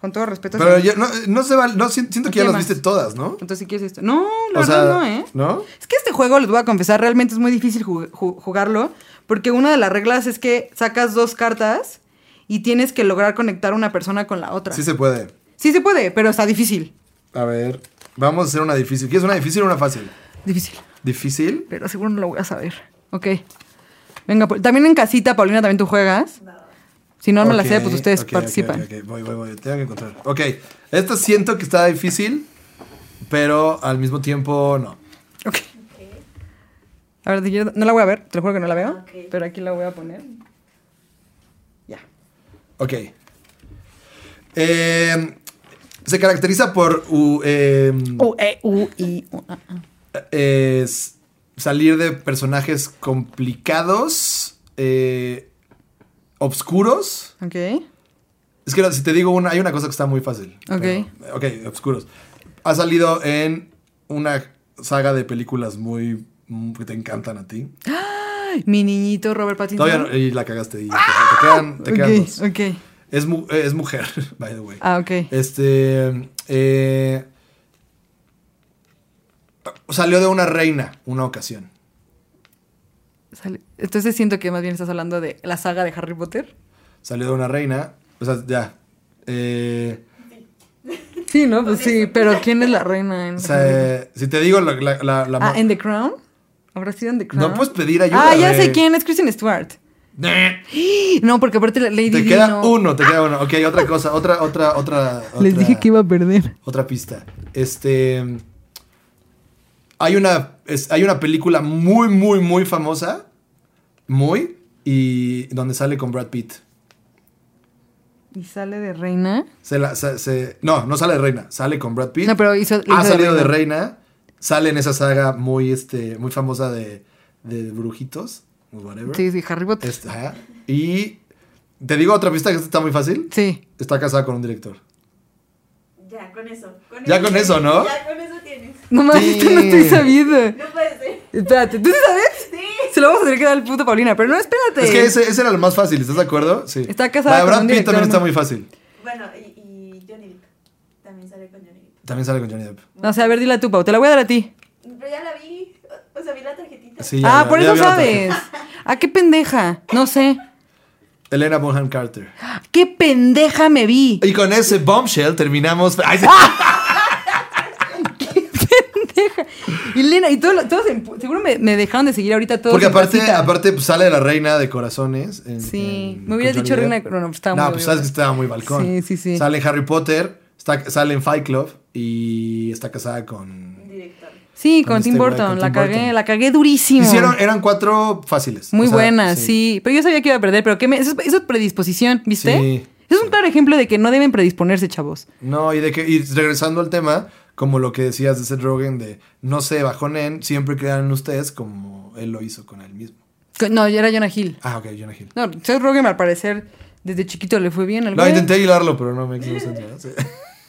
Con todo respeto. Pero sí. yo no, eh, no se vale. No, si- siento que ya Ok, las más. viste todas, ¿no? Entonces si quieres esto. No, la O verdad sea, no, ¿eh? ¿no? Es que este juego, les voy a confesar, realmente es muy difícil ju- ju- jugarlo. Porque una de las reglas es que sacas dos cartas y tienes que lograr conectar una persona con la otra. Sí se puede. sí se puede, pero está difícil. A ver, vamos a hacer una difícil. ¿Quieres una difícil o una fácil? Difícil. ¿Difícil? Pero seguro no lo voy a saber. Ok. Venga, Pau- también en casita, Paulina, también tú juegas. Si no me la Ok, sé, pues ustedes ok, ok, participan. Ok, ok, voy, voy, voy. Tengo que encontrar. Ok, esta siento que está difícil, pero al mismo tiempo no. Ok. A ver, te quiero- no la voy a ver, te lo juro que no la veo. Ah, ok. Pero aquí la voy a poner. Ya. Ok. Eh, se caracteriza por u- em, U, E, U, I, U, A, A. es salir de personajes complicados, eh, obscuros. Ok. Es que si te digo una, hay una cosa que está muy fácil. Ok. pero- ok, obscuros. Ha salido en una saga de películas muy mm, que te encantan a ti. Ay, Mi niñito Robert Pattinson. Todavía no- y la cagaste. y te- te, quedan, te quedan dos. ok, ok. Es, mu- eh, es mujer, by the way. Ah, ok. Este. eh, salió de una reina una ocasión. Sale- Entonces siento que más bien estás hablando de la saga de Harry Potter. Salió de una reina. O sea, ya. Eh, Sí, ¿no? Pues sí, pero ¿quién es la reina? En... O sea, eh, si te digo la... la, la- la ah, mo- ¿en The Crown? ¿Habrá sido en The Crown? No puedes pedir ayuda, Ah, ya güey. sé quién, es Kristen Stewart. Te No, porque aparte la Lady Di, queda no. uno, te queda uno. Ok, otra cosa, otra, otra, otra. Les otra- dije que iba a perder. Otra pista. Este. Hay una, es- hay una película muy, muy, muy famosa. Muy. Y donde sale con Brad Pitt. ¿Y sale de reina? Se la- se- se- no, no sale de reina. Sale con Brad Pitt. No, pero hizo- hizo ha de salido de reina. reina. Sale en esa saga muy, este, muy famosa de, de brujitos. Whatever. Sí, sí, Harry Potter. Este, ajá. Y te digo otra pista que esta está muy fácil. Sí. Está casada con un director. Ya, con eso. Con Ya con eso, ¿no? Ya con eso tienes. No más, Sí. esto no estoy sabida. No puede ser. Espérate, ¿tú sí sabes? Sí. Se lo vamos a tener que dar al puto Paulina, pero no, espérate. Es que ese, ese era el más fácil, ¿estás de acuerdo? Sí. Está La casada de con Brad un Pitt director, también ¿no? está muy fácil. Bueno, y, y Johnny Depp. También sale con Johnny Depp. También sale con Johnny Depp. No sé, a ver, dila tú, Pau. Te la voy a dar a ti. Pero ya la vi. O sea, vi la tarjetita. Sí, ya- ah, ya- por ya eso vi la sabes. ¿A qué pendeja? No sé. tarjeta. Elena Bonham Carter. ¿Qué pendeja me vi? Y con ese bombshell terminamos. Ay, sí. Pendeja. Y Lena, y todo lo- todos, en pu- seguro me, me dejaron de seguir ahorita todos. Porque en aparte, casita. aparte pues, sale la reina de corazones. en- Sí, en- me hubieras con dicho Johnny reina de Depp. corazones, estaba No, muy pues obvio. sabes que estaba muy balcón. Sí, sí, sí. Sale en Harry Potter, está, sale en Fight Club y está casada con. Director. Sí, con con, Tim este güey, Burton, con la Tim cagué, Burton. la cagué durísimo. Hicieron, eran cuatro fáciles. Muy o sea, buena, sí. Pero yo sabía que iba a perder, pero ¿qué me... eso, es, eso es predisposición, ¿viste? Sí. Es un claro ejemplo de que no deben predisponerse, chavos. No, y de que, y regresando al tema, como lo que decías de Seth Rogen, de no se bajonen, siempre crean en ustedes como él lo hizo con él mismo. Co- No, yo era Jonah Hill. Ah, ok, Jonah Hill. No, Seth Rogen al parecer desde chiquito le fue bien al No, güey. intenté hilarlo, pero no me hizo sentido. Sí.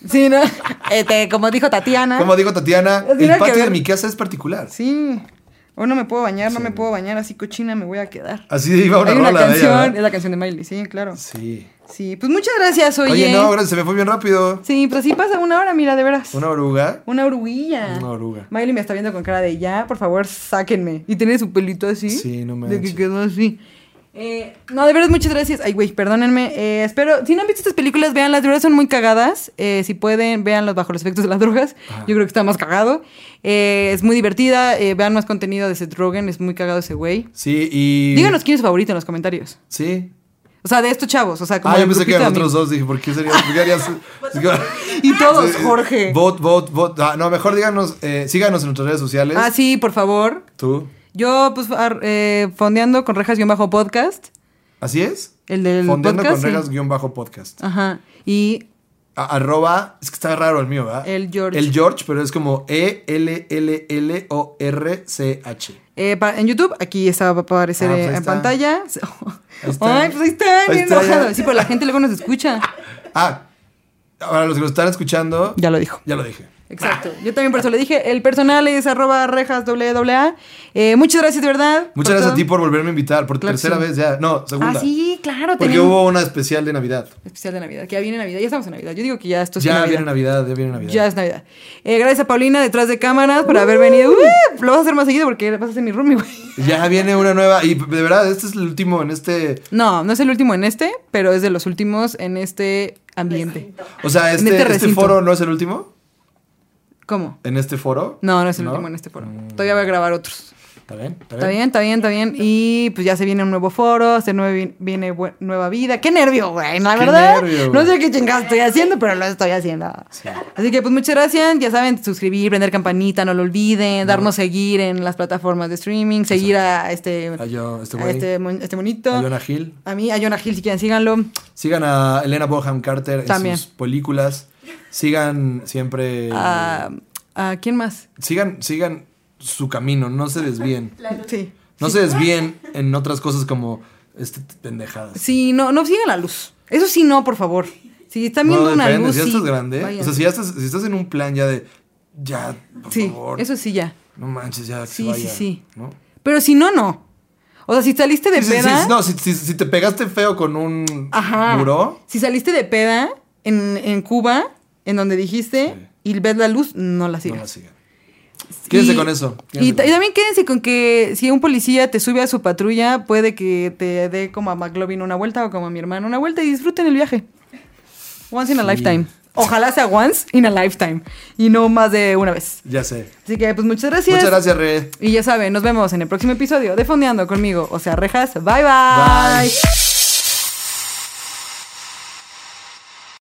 Sí, ¿no? Este, como dijo Tatiana. Como digo Tatiana, Es el tiene Pues, que patio de ver. mi casa es particular. Sí. Hoy no me puedo bañar, no me puedo bañar, así cochina me voy a quedar. Así iba una Hay una rola de ella, canción, ¿verdad? es la canción de Miley, sí, claro. Sí. Sí, pues muchas gracias, oye. Oye, no, gracias, se me fue bien rápido. Sí, pues sí pasa una hora, mira, de veras. Una oruga. Una oruguilla. Una oruga. Miley me está viendo con cara de ya, por favor, sáquenme. Y tiene su pelito así. Sí, no De manches. que quedó así. Eh, no, de verdad, muchas gracias. Ay, güey, perdónenme. Eh, espero, si no han visto estas películas, veanlas. De verdad son muy cagadas. Eh, si pueden, véanlas bajo los efectos de las drogas. Ah. Yo creo que está más cagado. Eh, es muy divertida. Eh, vean más contenido de Seth Rogen. Es muy cagado ese güey. Sí, y. Díganos quién es su favorito en los comentarios. Sí. O sea, de estos chavos. O sea, como Ah, yo del pensé que grupito de eran otros amigos. dos. Dije, ¿por qué sería? ¿Por qué harías- Y todos, Jorge. Vote, vote, vote. Ah, no, mejor díganos, eh, síganos en nuestras redes sociales. Ah, sí, por favor. ¿Tú? Yo, pues, ar- eh, fondeando con rejas guión bajo podcast. ¿Así es? El del Fondeando podcast, con rejas sí. guión bajo podcast. Ajá. Y A- arroba, es que está raro el mío, ¿verdad? El George. El George, pero es como E E-L-L-L-O-R-C-H. eh, pa- en YouTube, aquí está va a aparecer Ah, pues eh, ahí en está. pantalla. está. Ay, pues ahí están, Ahí bien está, ya. enojados. Sí, pero la gente luego nos escucha. Ah, para los que nos están escuchando, Ya lo dijo. ya lo dije. Exacto. Yo también por eso le dije. El personal es arroba rejas AA. Eh, muchas gracias, de verdad. Muchas por gracias a todo. ti por volverme a invitar, por Claro que tercera sí. vez ya. No, segunda. Ah, sí, claro. Porque tenemos- hubo una especial de Navidad. Especial de Navidad. Que ya viene Navidad. Ya estamos en Navidad. Yo digo que ya esto es ya Pues Navidad. viene Navidad, ya viene Navidad. Ya es Navidad. Eh, gracias a Paulina detrás de cámaras por haber venido. ¡Uh! Lo vas a hacer más seguido porque vas a ser mi roomie, güey. Ya viene una nueva. Y de verdad, este es el último en este. No, no es el último en este, pero es de los últimos en este ambiente. O sea, En este, este este recinto. foro no es el último. ¿Cómo? En este foro. No, no es el último en este foro. Todavía voy a grabar otros. Mm, Está bien, está Está bien. bien, está bien, está bien. Y pues ya se viene un nuevo foro, se nueve- viene bu- nueva vida. ¡Qué nervio, güey! La Qué verdad, nervio, no güey. sé qué chingados estoy haciendo, pero lo estoy haciendo. Así que pues muchas gracias. Ya saben, suscribir, prender campanita, no lo olviden, darnos seguir en las plataformas de streaming, seguir a este... A yo- este a güey. este, mon- este monito. A Jonah Hill. A mí, a Jonah Hill, si quieren, síganlo. Sigan a Elena Bonham Carter También. en sus películas. Sigan siempre. A, a- ¿Quién más? Sigan, sigan su camino, no se desvíen. Sí. No se desvíen en otras cosas como este, pendejadas. Sí, no, no sigan la luz. Eso sí, no, por favor. Si están viendo no, una depende, luz. si ya sí, estás grande. vayan. O sea, si, ya estás, si estás en un plan ya de. Ya, por Sí, favor. eso sí, ya. No manches, ya que se Sí, vaya, sí, sí. ¿no? Pero si no, no. O sea, si saliste de Sí, sí, peda. sí, no, si, si- si te pegaste feo con un Ajá. muro, Si saliste de peda en, en Cuba, en donde dijiste, y ves la luz, no la no sigas. la sigan. Quédense Y- con eso. quédense Y, ta- con y eso. también quédense con que si un policía te sube a su patrulla, puede que te dé como a McLovin una vuelta o como a mi hermano una vuelta y disfruten el viaje. Once in a lifetime. Ojalá sea once in a lifetime y no más de una vez. Ya sé. Así que, pues muchas gracias. Muchas gracias, Red. Y ya saben, nos vemos en el próximo episodio de Fondeando conmigo. O sea, rejas. bye. Bye. bye.